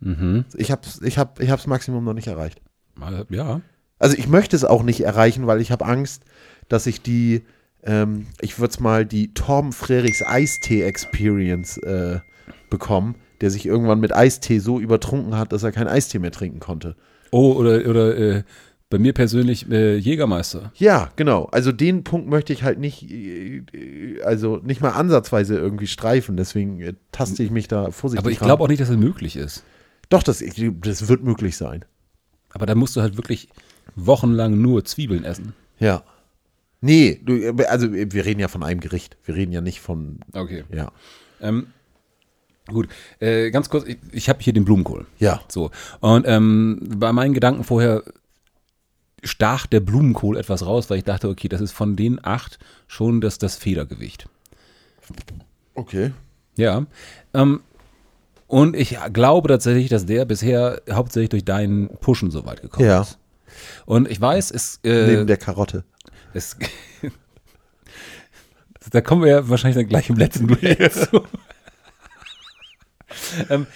S2: Mhm.
S3: Ich hab's, ich hab, ich hab's Maximum noch nicht erreicht.
S2: Mal- Ja.
S3: Also ich möchte es auch nicht erreichen, weil ich habe Angst, dass ich die, ähm, ich würde es mal die Torben Frerichs Eistee-Experience äh, bekommen, der sich irgendwann mit Eistee so übertrunken hat, dass er keinen Eistee mehr trinken konnte.
S2: Oh, oder, oder äh, bei mir persönlich äh, Jägermeister.
S3: Ja, genau. Also den Punkt möchte ich halt nicht, äh, äh, also nicht mal ansatzweise irgendwie streifen. Deswegen äh, taste ich mich da vorsichtig
S2: Aber ich
S3: ran.
S2: glaube auch nicht, dass es möglich ist.
S3: Doch, das, das wird möglich sein.
S2: Aber da musst du halt wirklich wochenlang nur Zwiebeln essen.
S3: Ja. Nee, du, also wir reden ja von einem Gericht. Wir reden ja nicht von,
S2: Okay.
S3: ja.
S2: Ähm, gut, äh, ganz kurz, ich, ich habe hier den Blumenkohl.
S3: Ja.
S2: So. Und ähm, bei meinen Gedanken vorher stach der Blumenkohl etwas raus, weil ich dachte, okay, das ist von den acht schon das, das Federgewicht.
S3: Okay.
S2: Ja. Ähm, und ich glaube tatsächlich, dass der bisher hauptsächlich durch deinen Pushen so weit gekommen
S3: Ja.
S2: ist. Und ich weiß, es, äh,
S3: Oh Neben der Karotte.
S2: es da kommen wir ja wahrscheinlich dann gleich im letzten Duell zu. ähm,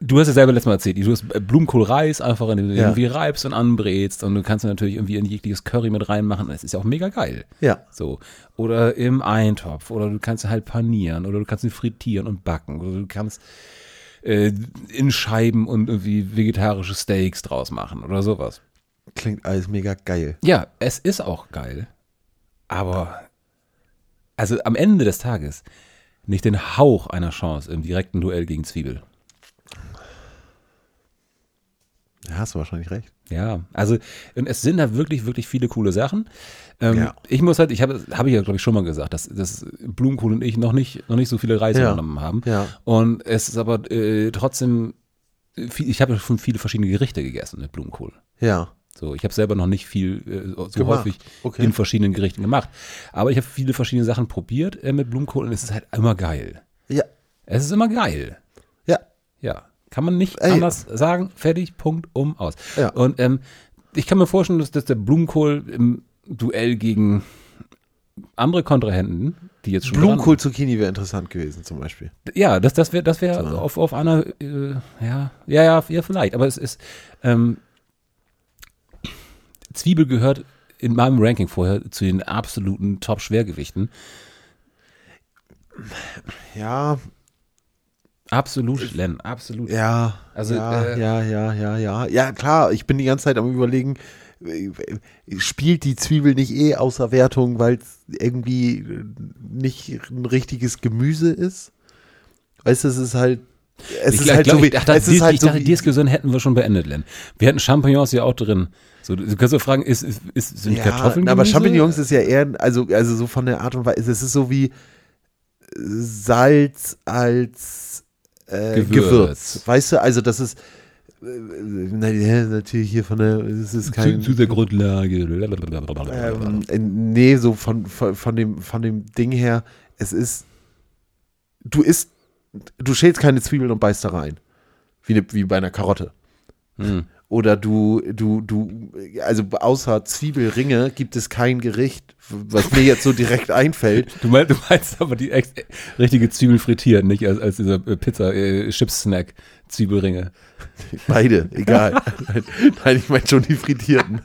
S2: du hast ja selber letztes Mal erzählt, du hast Blumenkohlreis einfach, indem du
S3: Ja.
S2: irgendwie reibst und anbrätst und du kannst natürlich irgendwie in jegliches Curry mit reinmachen. Das ist ja auch mega geil.
S3: Ja.
S2: So. Oder im Eintopf. Oder du kannst ihn halt panieren. Oder du kannst ihn frittieren und backen. Oder du kannst äh, in Scheiben und irgendwie vegetarische Steaks draus machen oder sowas.
S3: Klingt alles mega geil.
S2: Ja, es ist auch geil. Aber also am Ende des Tages nicht den Hauch einer Chance im direkten Duell gegen Zwiebel.
S3: Ja, hast du wahrscheinlich recht.
S2: Ja, also und es sind da wirklich, wirklich viele coole Sachen. Ähm,
S3: Ja.
S2: Ich muss halt, ich habe, habe ich ja glaube ich schon mal gesagt, dass, dass Blumenkohl und ich noch nicht, noch nicht so viele Reisen
S3: Ja.
S2: unternommen haben.
S3: Ja.
S2: Und es ist aber äh, trotzdem, äh, viel, ich habe ja schon viele verschiedene Gerichte gegessen mit Blumenkohl.
S3: Ja.
S2: So, ich habe selber noch nicht viel äh, so
S3: Gemacht.
S2: häufig
S3: Okay.
S2: in verschiedenen Gerichten gemacht. Aber ich habe viele verschiedene Sachen probiert äh, mit Blumenkohl und es ist halt immer geil.
S3: Ja.
S2: Es ist immer geil.
S3: Ja.
S2: Ja. Kann man nicht
S3: Ey.
S2: anders sagen. Fertig, Punkt, um, aus.
S3: Ja.
S2: Und ähm, ich kann mir vorstellen, dass, dass der Blumenkohl im Duell gegen andere Kontrahenten, die jetzt schon. dran-
S3: Blumenkohl-Zucchini wäre interessant gewesen zum Beispiel.
S2: ja, das, das wäre das wär auf, auf einer, äh, ja, ja, ja, ja, vielleicht, aber es ist, ähm, Zwiebel gehört in meinem Ranking vorher zu den absoluten Top-Schwergewichten.
S3: Ja,
S2: Absolut, Len, absolut.
S3: ja.
S2: Also,
S3: ja,
S2: äh,
S3: ja, ja, ja, ja. Ja, klar, ich bin die ganze Zeit am überlegen, äh, spielt die Zwiebel nicht eh außer Wertung, weil es irgendwie äh, nicht ein richtiges Gemüse ist? Weißt du, es ist halt. Es
S2: ich
S3: ist
S2: glaub-
S3: halt
S2: glaub,
S3: so wie.
S2: ich dachte,
S3: es
S2: die,
S3: ist halt
S2: ich
S3: so
S2: dachte, die
S3: wie.
S2: Diskussion hätten wir schon beendet, Len. Wir hatten Champignons ja auch drin. So, du kannst doch fragen, ist, ist, ist, sind Kartoffeln
S3: na, aber
S2: Gemüse?
S3: Champignons ist ja eher, ein- also, also so von der Art und Weise, es ist so wie äh, Salz als äh,
S2: Gewürz.
S3: Gewürz. Weißt du, also das ist äh, na, ja, natürlich hier von der, es ist
S2: zu,
S3: kein,
S2: zu der Grundlage.
S3: Ähm, äh, nee, so von, von, von, dem, von dem Ding her, es ist. Du isst. Du schälst keine Zwiebeln und beißt da rein. Wie, ne, wie bei einer Karotte.
S2: Hm.
S3: Oder du, du, du, also außer Zwiebelringe gibt es kein Gericht, was mir jetzt so direkt einfällt.
S2: Du, meinst, du meinst aber die ex richtige Zwiebel frittiert, nicht als, als dieser äh, Pizza, äh, Chips-Snack, Zwiebelringe.
S3: Beide, egal. Nein, ich meine schon die frittierten.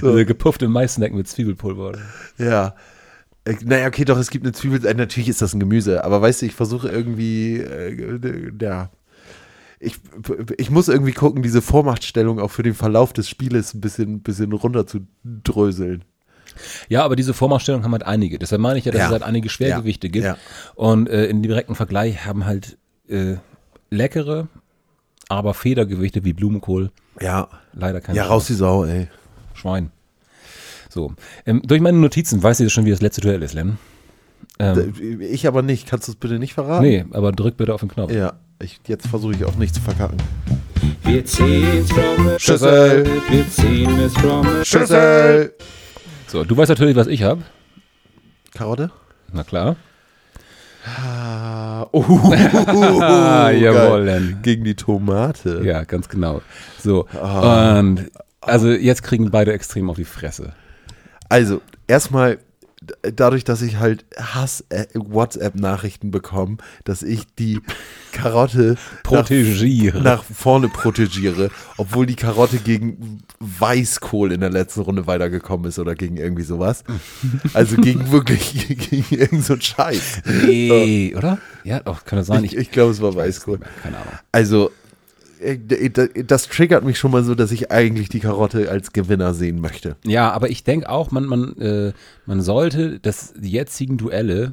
S3: So.
S2: Dieser gepuffte Mais-Snack mit Zwiebelpulver. oder?
S3: Ja. Äh, Naja, okay, doch, es gibt eine Zwiebel. Äh, natürlich ist das ein Gemüse, aber weißt du, ich versuche irgendwie, äh, d- ja. Ich, ich muss irgendwie gucken, diese Vormachtstellung auch für den Verlauf des Spieles ein bisschen, bisschen runter zu dröseln.
S2: Ja, aber diese Vormachtstellung haben halt einige. Deshalb meine ich ja, dass
S3: Ja.
S2: es halt einige Schwergewichte
S3: Ja.
S2: gibt.
S3: Ja.
S2: Und äh, in direkten Vergleich haben halt äh, leckere, aber Federgewichte wie Blumenkohl
S3: Ja.
S2: leider keine
S3: Ja, raus die Sau, ey.
S2: Schwein. So. Ähm, durch meine Notizen weiß ich schon, wie das letzte Duell ist, Len. Ähm,
S3: D- Ich aber nicht. Kannst du es bitte nicht verraten?
S2: nee, aber drück bitte auf den Knopf.
S3: Ja. Ich, jetzt versuche ich auch nicht zu verkacken.
S5: Wir ziehen's fromme
S3: Schüssel.
S5: Wir ziehen es fromme
S3: Schüssel!
S2: So, du weißt natürlich, was ich habe.
S3: Karotte?
S2: Na klar.
S3: Ah, oh, geil.
S2: jawohl, Len.
S3: Gegen die Tomate.
S2: Ja, ganz genau. So. Und also jetzt kriegen beide extrem auf die Fresse.
S3: Also, erstmal d- dadurch, dass ich halt Hass äh, WhatsApp-Nachrichten bekomme, dass ich die Karotte nach,
S2: Protegiere.
S3: nach vorne protegiere, obwohl die Karotte gegen Weißkohl in der letzten Runde weitergekommen ist oder gegen irgendwie sowas. Also gegen wirklich gegen irgendeinen so einen Scheiß.
S2: Nee, oder? Ja, doch, kann das sein.
S3: Ich, ich glaube, es war Weißkohl.
S2: keine Ahnung.
S3: Also äh, d- d- das triggert mich schon mal so, dass ich eigentlich die Karotte als Gewinner sehen möchte.
S2: Ja, aber ich denke auch, man, man, äh, man sollte das, die jetzigen Duelle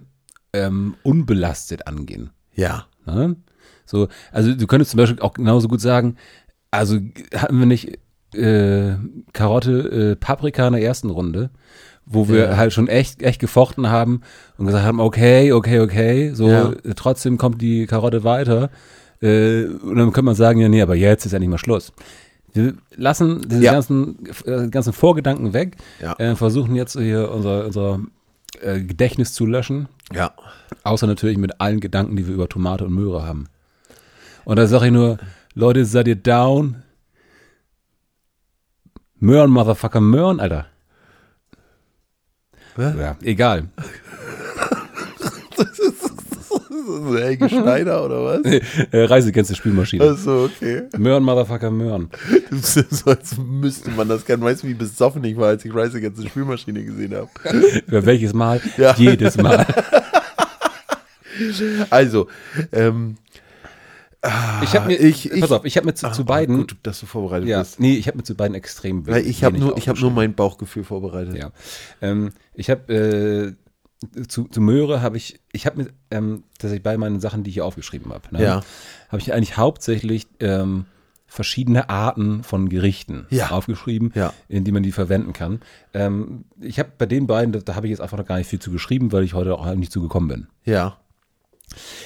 S2: ähm, unbelastet angehen.
S3: Ja.
S2: Ne? So, also du könntest zum Beispiel auch genauso gut sagen, also g- hatten wir nicht äh, Karotte, äh, Paprika in der ersten Runde, wo wir
S3: Ja.
S2: halt schon echt, echt gefochten haben und gesagt haben, okay, okay, okay, so
S3: Ja.
S2: äh, trotzdem kommt die Karotte weiter. Äh, und dann könnte man sagen, ja, nee, aber jetzt ist ja nicht mal Schluss. Wir lassen diese
S3: Ja.
S2: ganzen, äh, ganzen Vorgedanken weg,
S3: Ja.
S2: äh, versuchen jetzt hier unser, unser äh, Gedächtnis zu löschen.
S3: Ja.
S2: Außer natürlich mit allen Gedanken, die wir über Tomate und Möhre haben. Und da sage ich nur, Leute, seid ihr down? Möhren, Motherfucker, Möhren, Alter. Ja, egal.
S3: Äh, Helge Schneider oder was?
S2: Äh, Reiseganze Spielmaschine.
S3: Achso, okay.
S2: Möhren, Motherfucker, Möhren.
S3: So als müsste man das kennen. Weißt du, wie besoffen ich war, als ich Rise Against the Spülmaschine gesehen habe?
S2: Über welches Mal?
S3: Ja.
S2: Jedes Mal.
S3: Also, ähm,
S2: Ich habe mir,
S3: ich- ich-
S2: pass auf, ich habe mir zu, zu beiden,
S3: Ah, gut, dass du vorbereitet
S2: ja,
S3: bist.
S2: nee, ich habe mir zu beiden extrem
S3: Weil ich habe
S2: wenig
S3: nur, ich hab nur
S2: aufgeschrieben.
S3: mein Bauchgefühl vorbereitet.
S2: Ja. Ähm, ich habe äh, zu, zu Möhre habe ich, ich habe mir, ähm, dass ich bei meinen Sachen, die ich hier aufgeschrieben habe, ne,
S3: Ja.
S2: habe ich eigentlich hauptsächlich ähm, verschiedene Arten von Gerichten
S3: Ja.
S2: aufgeschrieben,
S3: Ja.
S2: in die man die verwenden kann. Ähm, ich habe bei den beiden, da, da habe ich jetzt einfach noch gar nicht viel zu geschrieben, weil ich heute auch halt nicht zu gekommen bin.
S3: Ja.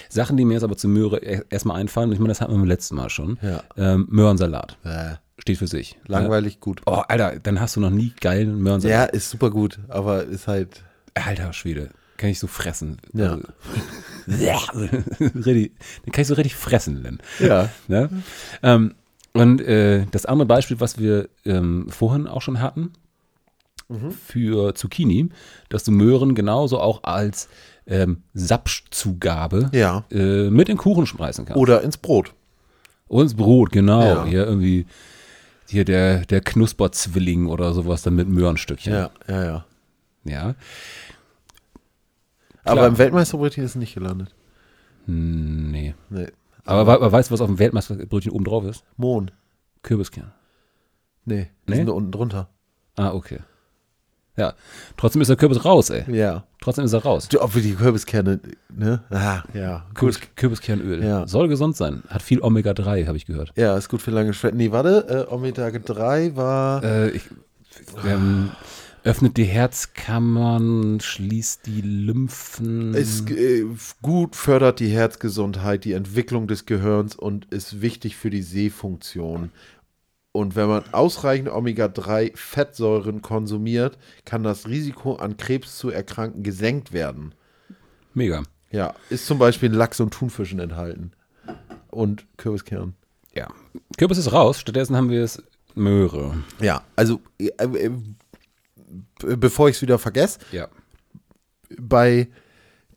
S2: Sachen, die mir jetzt aber zu Möhre e- erstmal einfallen, ich meine, das hatten wir beim letzten Mal schon.
S3: Ja.
S2: Ähm, Möhrensalat.
S3: Äh,
S2: Steht für sich.
S3: langweilig gut.
S2: Oh, Alter, dann hast du noch nie geilen Möhrensalat.
S3: Ja, ist super gut, aber ist halt.
S2: Alter Schwede, kann ich so fressen.
S3: Ja.
S2: Also, richtig, den kann ich so richtig fressen, Len.
S3: äh, Ja.
S2: Ne? Ähm, und äh, das andere Beispiel, was wir ähm, vorhin auch schon hatten,
S3: Mhm.
S2: für Zucchini, dass du Möhren genauso auch als ähm, Sapschzugabe
S3: Ja.
S2: äh, mit in Kuchen schmeißen kannst.
S3: Oder ins Brot.
S2: Und das Brot, genau.
S3: Ja.
S2: Hier irgendwie hier der, der Knusperzwilling oder sowas dann mit Möhrenstückchen.
S3: ja, ja.
S2: ja.
S3: Aber
S2: Klar.
S3: im Weltmeisterbrötchen ist nicht gelandet.
S2: Nee.
S3: Nee.
S2: Aber, we- aber weißt du, was auf dem Weltmeisterbrötchen oben drauf ist?
S3: Mohn.
S2: Kürbiskern.
S3: Nee. Die
S2: Nee?
S3: sind da unten drunter.
S2: Ah, okay. Ja, trotzdem ist der Kürbis raus, ey.
S3: Ja.
S2: Trotzdem ist er raus.
S3: Du, ob wir die Kürbiskerne, ne? Ah, ja.
S2: Kürbis,
S3: Gut.
S2: Kürbiskernöl.
S3: Ja.
S2: Soll gesund sein. Hat viel Omega-3, habe ich gehört.
S3: Ja, ist gut für lange Schwätzen. Nee, warte, äh, Omega 3 war.
S2: Äh, ich, ähm, öffnet die Herzkammern, schließt die Lymphen.
S3: Ist äh, gut, fördert die Herzgesundheit, die Entwicklung des Gehirns und ist wichtig für die Sehfunktion. Und wenn man ausreichend Omega-3-Fettsäuren konsumiert, kann das Risiko, an Krebs zu erkranken, gesenkt werden.
S2: Mega.
S3: Ja, ist zum Beispiel in Lachs und Thunfischen enthalten. Und Kürbiskern.
S2: Ja. Kürbis ist raus, stattdessen haben wir es Möhre.
S3: Ja, also äh, äh, b- bevor ich es wieder vergesse,
S2: Ja.
S3: bei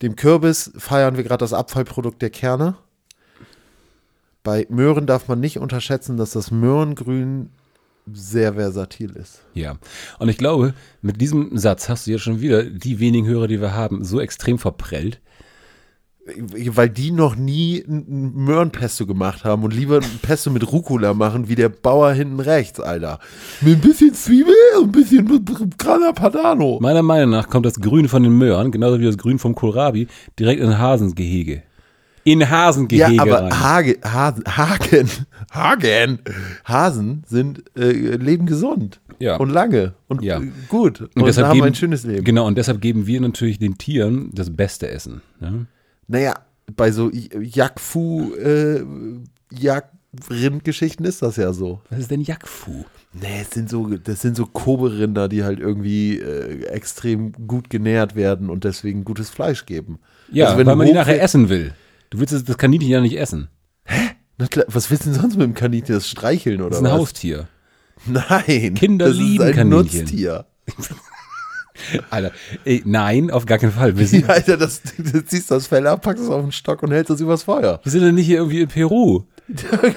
S3: dem Kürbis feiern wir gerade das Abfallprodukt der Kerne. Bei Möhren darf man nicht unterschätzen, dass das Möhrengrün sehr versatil ist.
S2: Ja. Und ich glaube, mit diesem Satz hast du jetzt schon wieder die wenigen Hörer, die wir haben, so extrem verprellt.
S3: Weil die noch nie ein ein Möhrenpesto gemacht haben und lieber ein Pesto mit Rucola machen, wie der Bauer hinten rechts, Alter. Mit ein bisschen Zwiebel und ein bisschen Grana Padano.
S2: Meiner Meinung nach kommt das Grün von den Möhren, genauso wie das Grün vom Kohlrabi, direkt in Hasengehege. In
S3: Ja,
S2: Hasengehege
S3: aber
S2: rein.
S3: Hage, Hasen, Hagen, Hagen, Hasen sind äh, leben gesund
S2: Ja.
S3: und lange und
S2: Ja.
S3: äh, gut und,
S2: deshalb
S3: haben
S2: geben-
S3: ein schönes Leben.
S2: Genau, und deshalb geben wir natürlich den Tieren das beste Essen. Ne?
S3: Naja, bei so Jagdfu, äh, Jagdrindgeschichten ist das ja so.
S2: Was ist denn Jackfu?
S3: Nee, es sind so, das sind so Kobe-Rinder, die halt irgendwie äh, extrem gut genährt werden und deswegen gutes Fleisch geben.
S2: Ja,
S3: Also
S2: weil
S3: du
S2: man die
S3: hoch-
S2: nachher essen will. Du willst das- das Kaninchen ja nicht essen.
S3: Na klar, was willst du denn sonst mit dem Kaninchen? Das streicheln oder
S2: Das ist ein
S3: was?
S2: Haustier.
S3: Nein,
S2: Kinder
S3: das
S2: lieben
S3: ist ein
S2: Kaninchen.
S3: Nutztier.
S2: Alter, ey, nein, auf gar keinen Fall. Wir sind,
S3: Ja, Alter, das, du ziehst das Fell ab, packst es auf den Stock und hältst es übers Feuer.
S2: wir sind ja nicht hier irgendwie in Peru.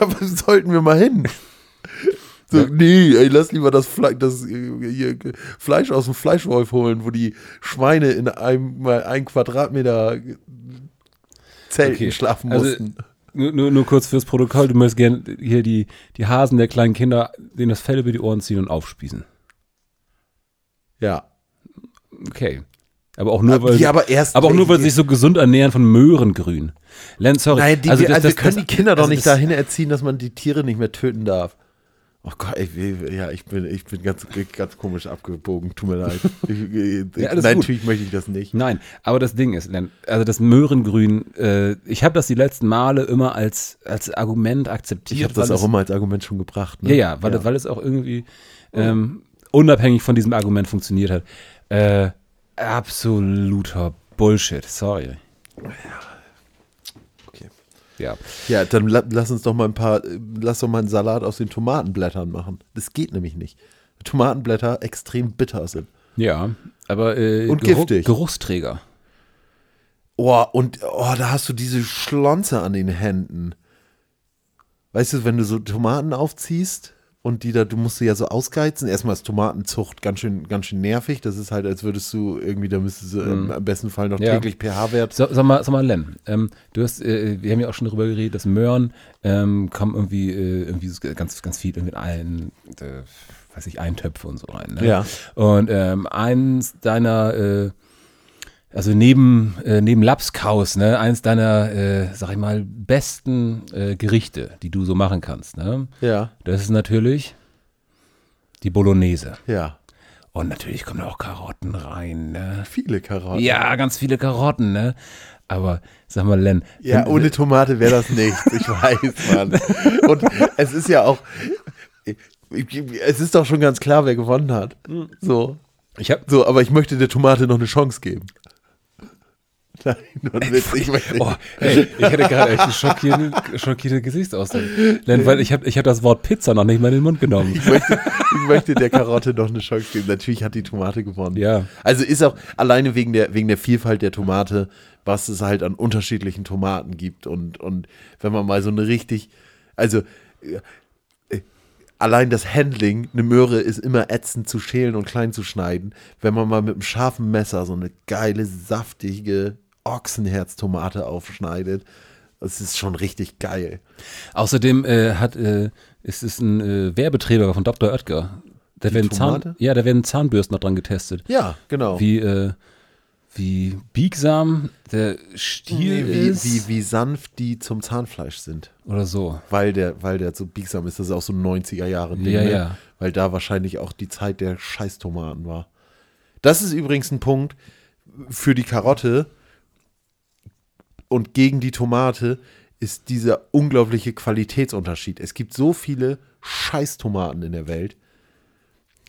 S3: Aber sollten wir mal hin. So, nee, ey, lass lieber das, Fle das äh, hier, äh, Fleisch aus dem Fleischwolf holen, wo die Schweine in einem mal ein Quadratmeter äh, Zelten schlafen
S2: also,
S3: mussten.
S2: Nur, nur, nur kurz fürs Protokoll, du möchtest gerne hier die, die Hasen der kleinen Kinder, denen das Fell über die Ohren ziehen und aufspießen.
S3: Ja.
S2: Okay. Aber auch nur, weil,
S3: ja, aber erst-
S2: aber auch nur, weil sie sich so gesund ernähren von Möhrengrün. Len, sorry.
S3: Nein, die, wir- also wir können die Kinder doch
S2: also
S3: nicht
S2: das-
S3: dahin erziehen, dass man die Tiere nicht mehr töten darf. Oh Gott, ich, ja, ich bin, ich bin ganz, ganz komisch abgebogen. Tut mir leid. Ich, ich,
S2: Ja, alles
S3: nein,
S2: gut.
S3: natürlich möchte ich das nicht.
S2: Nein, aber das Ding ist, Len, also das Möhrengrün, äh, ich habe das die letzten Male immer als, als Argument akzeptiert.
S3: Ich habe das
S2: weil
S3: auch
S2: es,
S3: immer als Argument schon gebracht. Ne?
S2: Ja, ja, weil, weil es auch irgendwie ähm, unabhängig von diesem Argument funktioniert hat. Äh, absoluter Bullshit, sorry.
S3: Okay.
S2: Ja.
S3: Ja, dann la lass uns doch mal ein paar, äh, lass doch mal einen Salat aus den Tomatenblättern machen. Das geht nämlich nicht. Tomatenblätter extrem bitter sind.
S2: Ja, aber äh,
S3: Und
S2: Geruch-
S3: giftig.
S2: Geruchsträger.
S3: Oh, und oh, da hast du diese Schlonze an den Händen. Weißt du, wenn du so Tomaten aufziehst und die da, du musst sie ja so ausgeizen. Erstmal ist Tomatenzucht ganz schön, ganz schön nervig. Das ist halt, als würdest du irgendwie, da müsstest du ähm, am besten Fall noch
S2: Mhm. Ja.
S3: täglich pH-Wert.
S2: So, sag mal, sag mal Len, ähm, du hast, äh, wir haben ja auch schon darüber geredet, dass Möhren ähm, kommen irgendwie, äh, irgendwie so ganz, ganz viel irgendwie in allen, äh, weiß ich, Eintöpfe und so rein. Ne?
S3: Ja.
S2: Und ähm, eins deiner, äh, also neben, äh, neben Lapskaus, ne, eins deiner, äh, sag ich mal, besten äh, Gerichte, die du so machen kannst, ne?
S3: Ja,
S2: Das ist natürlich die Bolognese.
S3: ja.
S2: Und natürlich kommen da auch Karotten rein, ne?
S3: Viele Karotten.
S2: Ja, ganz viele Karotten, ne? Aber sag mal, Len.
S3: Ja,
S2: wenn-
S3: ohne Tomate wäre das nichts. Ich weiß, Mann. Und es ist ja auch. Es ist doch schon ganz klar, wer gewonnen hat.
S2: Mhm.
S3: So.
S2: Ich hab.
S3: So, aber ich möchte der Tomate noch eine Chance geben. Nein, nur ein Witz, ich möchte
S2: Oh, ey, ich hatte gerade echt einen schockierenden, schockierenden Gesichtsausdruck. Len, weil ich habe ich hab das Wort Pizza noch nicht mal in den Mund genommen.
S3: Ich möchte, ich möchte der Karotte noch eine Chance geben. Natürlich hat die Tomate gewonnen.
S2: Ja.
S3: Also ist auch alleine wegen der, wegen der Vielfalt der Tomate, was es halt an unterschiedlichen Tomaten gibt. Und, und wenn man mal so eine richtig, also äh, äh, allein das Handling, eine Möhre ist immer ätzend zu schälen und klein zu schneiden. Wenn man mal mit einem scharfen Messer so eine geile, saftige Ochsenherztomate aufschneidet, das ist schon richtig geil.
S2: Außerdem äh, hat, äh, ist es ein äh, Werbeträger von Dr. Oetker. Da werden, Zahn,
S3: Tomate?
S2: ja, da werden Zahnbürsten noch dran getestet.
S3: Ja, genau.
S2: Wie, äh, wie biegsam der Stiel
S3: Nee, wie,
S2: ist.
S3: wie, wie sanft die zum Zahnfleisch sind.
S2: Oder so.
S3: Weil der, weil der so biegsam ist, das ist auch so ein 90er Jahre Ding.
S2: Ja,
S3: ne?
S2: ja.
S3: Weil da wahrscheinlich auch die Zeit der Scheißtomaten war. Das ist übrigens ein Punkt für die Karotte und gegen die Tomate ist dieser unglaubliche Qualitätsunterschied. Es gibt so viele Scheißtomaten in der Welt,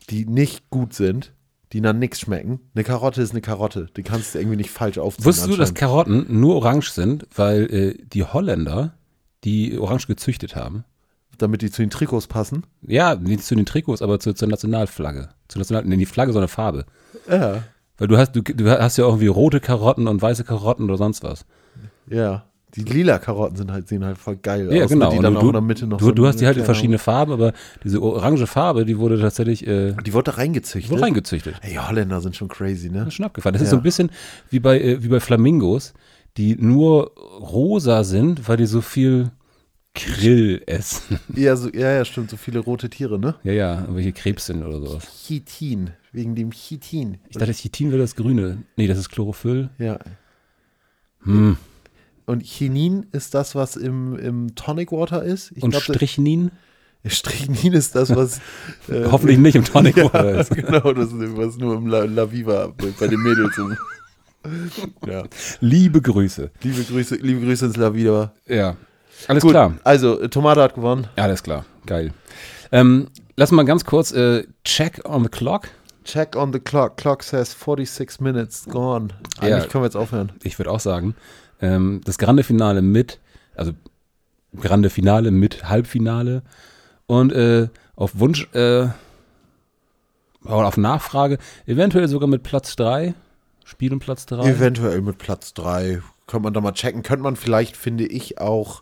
S3: die nicht gut sind, die nach nichts schmecken. Eine Karotte ist eine Karotte. Die kannst du irgendwie nicht falsch aufziehen.
S2: Wusstest du, dass
S3: anscheinend.
S2: Karotten nur orange sind, weil äh, die Holländer die orange gezüchtet haben?
S3: damit die zu den Trikots passen?
S2: Ja, nicht zu den Trikots, aber zur, zur Nationalflagge. Zur National nee, die Flagge, sondern Farbe.
S3: Ja.
S2: Weil du hast, du, du hast ja irgendwie rote Karotten und weiße Karotten oder sonst was.
S3: Ja. Die lila Karotten sind halt, sehen halt voll geil aus.
S2: Ja,
S3: ne?
S2: genau.
S3: Die
S2: Und
S3: dann
S2: du,
S3: auch in der Mitte noch
S2: du,
S3: so ne?
S2: du hast die halt in
S3: kleine-
S2: verschiedene Farben, aber diese orange Farbe, die wurde tatsächlich äh,
S3: Die wurde da reingezüchtet.
S2: wurde reingezüchtet.
S3: Ey, Holländer sind schon crazy, ne?
S2: Das ist schon abgefahren. Das ist
S3: Ja.
S2: so ein bisschen wie bei, äh, wie bei Flamingos, die nur rosa sind, weil die so viel Krill essen.
S3: Ja, so, ja, ja, stimmt. So viele rote Tiere, ne?
S2: ja, ja, irgendwelche Krebs sind oder sowas.
S3: Chitin. Wegen dem Chitin.
S2: Ich dachte, Chitin wäre das Grüne. Nee, das ist Chlorophyll.
S3: Ja.
S2: Hm.
S3: Und Chinin ist das, was im, im Tonic Water ist. Ich
S2: Und
S3: glaub, da-
S2: Strichnin?
S3: Strychnin ist das, was. äh,
S2: Hoffentlich nicht im Also, Tonic Water
S3: ja,
S2: ist.
S3: genau, das ist was nur im La, La Viva bei, bei den Mädels. im- ja.
S2: Liebe Grüße.
S3: Liebe Grüße, liebe Grüße ins La Viva.
S2: Ja. Alles
S3: Gut,
S2: klar.
S3: also äh, Tomate hat gewonnen.
S2: Ja, Alles klar. Geil. Ähm, lass mal ganz kurz äh, Check on the Clock.
S3: Check on the clock. Clock says 46 minutes gone.
S2: Ja.
S3: Eigentlich können wir jetzt aufhören.
S2: Ich würde auch sagen, ähm, das Grande Finale mit, also Grande Finale mit Halbfinale und äh, auf Wunsch äh, oder auf Nachfrage, eventuell sogar mit Platz 3, Spiel und Platz 3.
S3: Eventuell mit Platz 3. Könnte man da mal checken. Könnte man vielleicht, finde ich, auch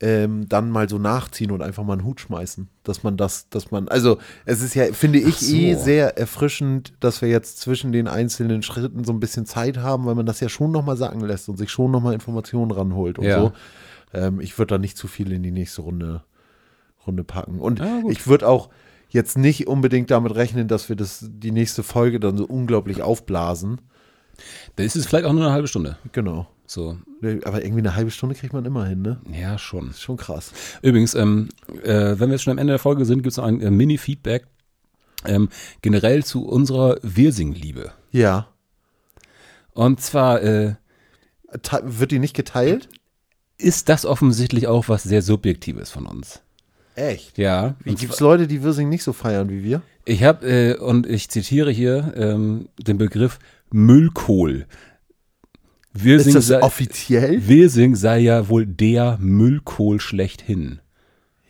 S3: ähm, dann mal so nachziehen und einfach mal einen Hut schmeißen. Dass man das, dass man, also es ist ja, finde ich,
S2: Ach so.
S3: eh sehr erfrischend, dass wir jetzt zwischen den einzelnen Schritten so ein bisschen Zeit haben, weil man das ja schon nochmal sacken lässt und sich schon nochmal Informationen ranholt und
S2: Ja.
S3: so. Ähm, ich würde da nicht zu viel in die nächste Runde, Runde packen. Und
S2: Ja, gut.
S3: ich würde auch jetzt nicht unbedingt damit rechnen, dass wir das, die nächste Folge dann so unglaublich aufblasen.
S2: Da ist es vielleicht auch nur eine halbe Stunde.
S3: Genau.
S2: So,
S3: Aber irgendwie eine halbe Stunde kriegt man immer hin, ne?
S2: ja, schon.
S3: Ist schon krass.
S2: Übrigens, ähm, äh, wenn wir jetzt schon am Ende der Folge sind, gibt es noch ein äh, Mini-Feedback ähm, generell zu unserer Wirsing-Liebe.
S3: Ja.
S2: Und zwar äh,
S3: Te wird die nicht geteilt?
S2: ist das offensichtlich auch was sehr Subjektives von uns.
S3: Echt?
S2: Ja.
S3: Wie gibt's Leute, die Wirsing nicht so feiern wie wir?
S2: Ich habe, äh, und ich zitiere hier ähm, den Begriff Müllkohl.
S3: Ist
S2: Wirsing,
S3: das
S2: sei,
S3: offiziell?
S2: Wirsing sei ja wohl der Müllkohl schlechthin.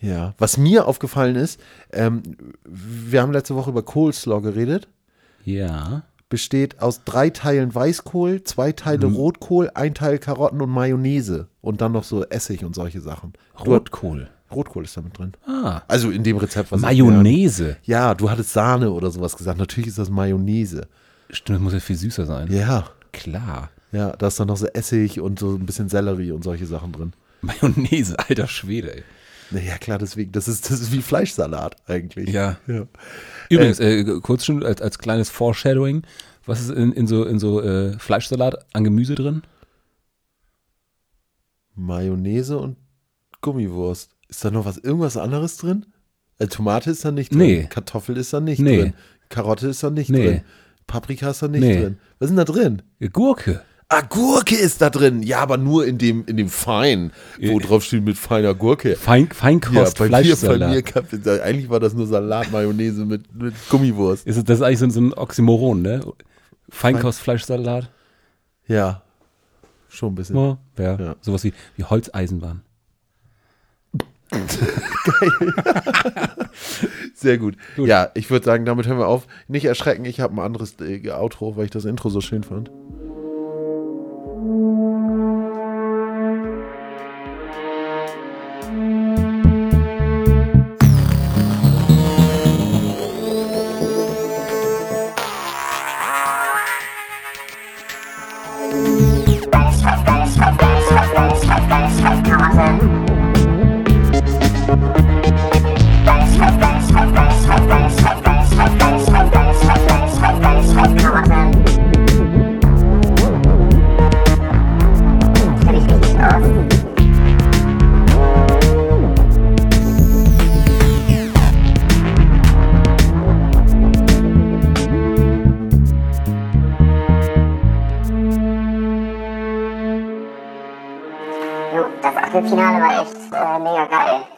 S3: Ja. Was mir aufgefallen ist, ähm, wir haben letzte Woche über Coleslaw geredet.
S2: Ja.
S3: Besteht aus drei Teilen Weißkohl, zwei Teile
S2: Mhm.
S3: Rotkohl, ein Teil Karotten und Mayonnaise. Und dann noch so Essig und solche Sachen. Du-
S2: Rotkohl.
S3: Rotkohl ist damit drin.
S2: Ah.
S3: Also in dem Rezept, was ich-
S2: Mayonnaise.
S3: Ja, du hattest Sahne oder sowas gesagt. Natürlich ist das Mayonnaise.
S2: Stimmt, das muss ja viel süßer sein.
S3: Ja.
S2: Klar.
S3: Ja, da ist dann noch so Essig und so ein bisschen Sellerie und solche Sachen drin.
S2: Mayonnaise, alter Schwede, ey.
S3: Naja, klar, deswegen, das ist, das ist wie Fleischsalat eigentlich.
S2: Ja.
S3: ja.
S2: Übrigens, äh, kurz schon als, als kleines Foreshadowing, was ist in, in so, in so äh, Fleischsalat an Gemüse drin?
S3: Mayonnaise und Gummiwurst. Ist da noch was, irgendwas anderes drin? Äh, Tomate ist da nicht drin.
S2: Nee.
S3: Kartoffel ist da nicht
S2: Nee.
S3: drin. Karotte ist da nicht
S2: Nee.
S3: drin. Paprika ist da nicht
S2: Nee.
S3: drin. Was ist denn da drin?
S2: Gurke.
S3: Ah, Gurke ist da drin. Ja, aber nur in dem, in dem Fein, wo
S2: Äh,
S3: drauf steht mit feiner Gurke.
S2: Fein,
S3: Ja,
S2: Feinkost,
S3: bei mir, bei
S2: Fleischsalat.
S3: mir, gab es- eigentlich war das nur Salat, Mayonnaise mit, mit Gummiwurst.
S2: Ist, es- das ist eigentlich so ein, so ein Oxymoron, ne? Feinkost, Fleischsalat.
S3: Ja. Schon ein bisschen.
S2: Ja. Ja.
S3: Ja.
S2: Sowas wie, wie Holzeisenbahn.
S3: Sehr gut. Ja, ich würde sagen, damit hören wir auf. Nicht erschrecken, ich habe ein anderes äh, Outro, weil ich das Intro so schön fand.
S1: Thank you. uh, Nein.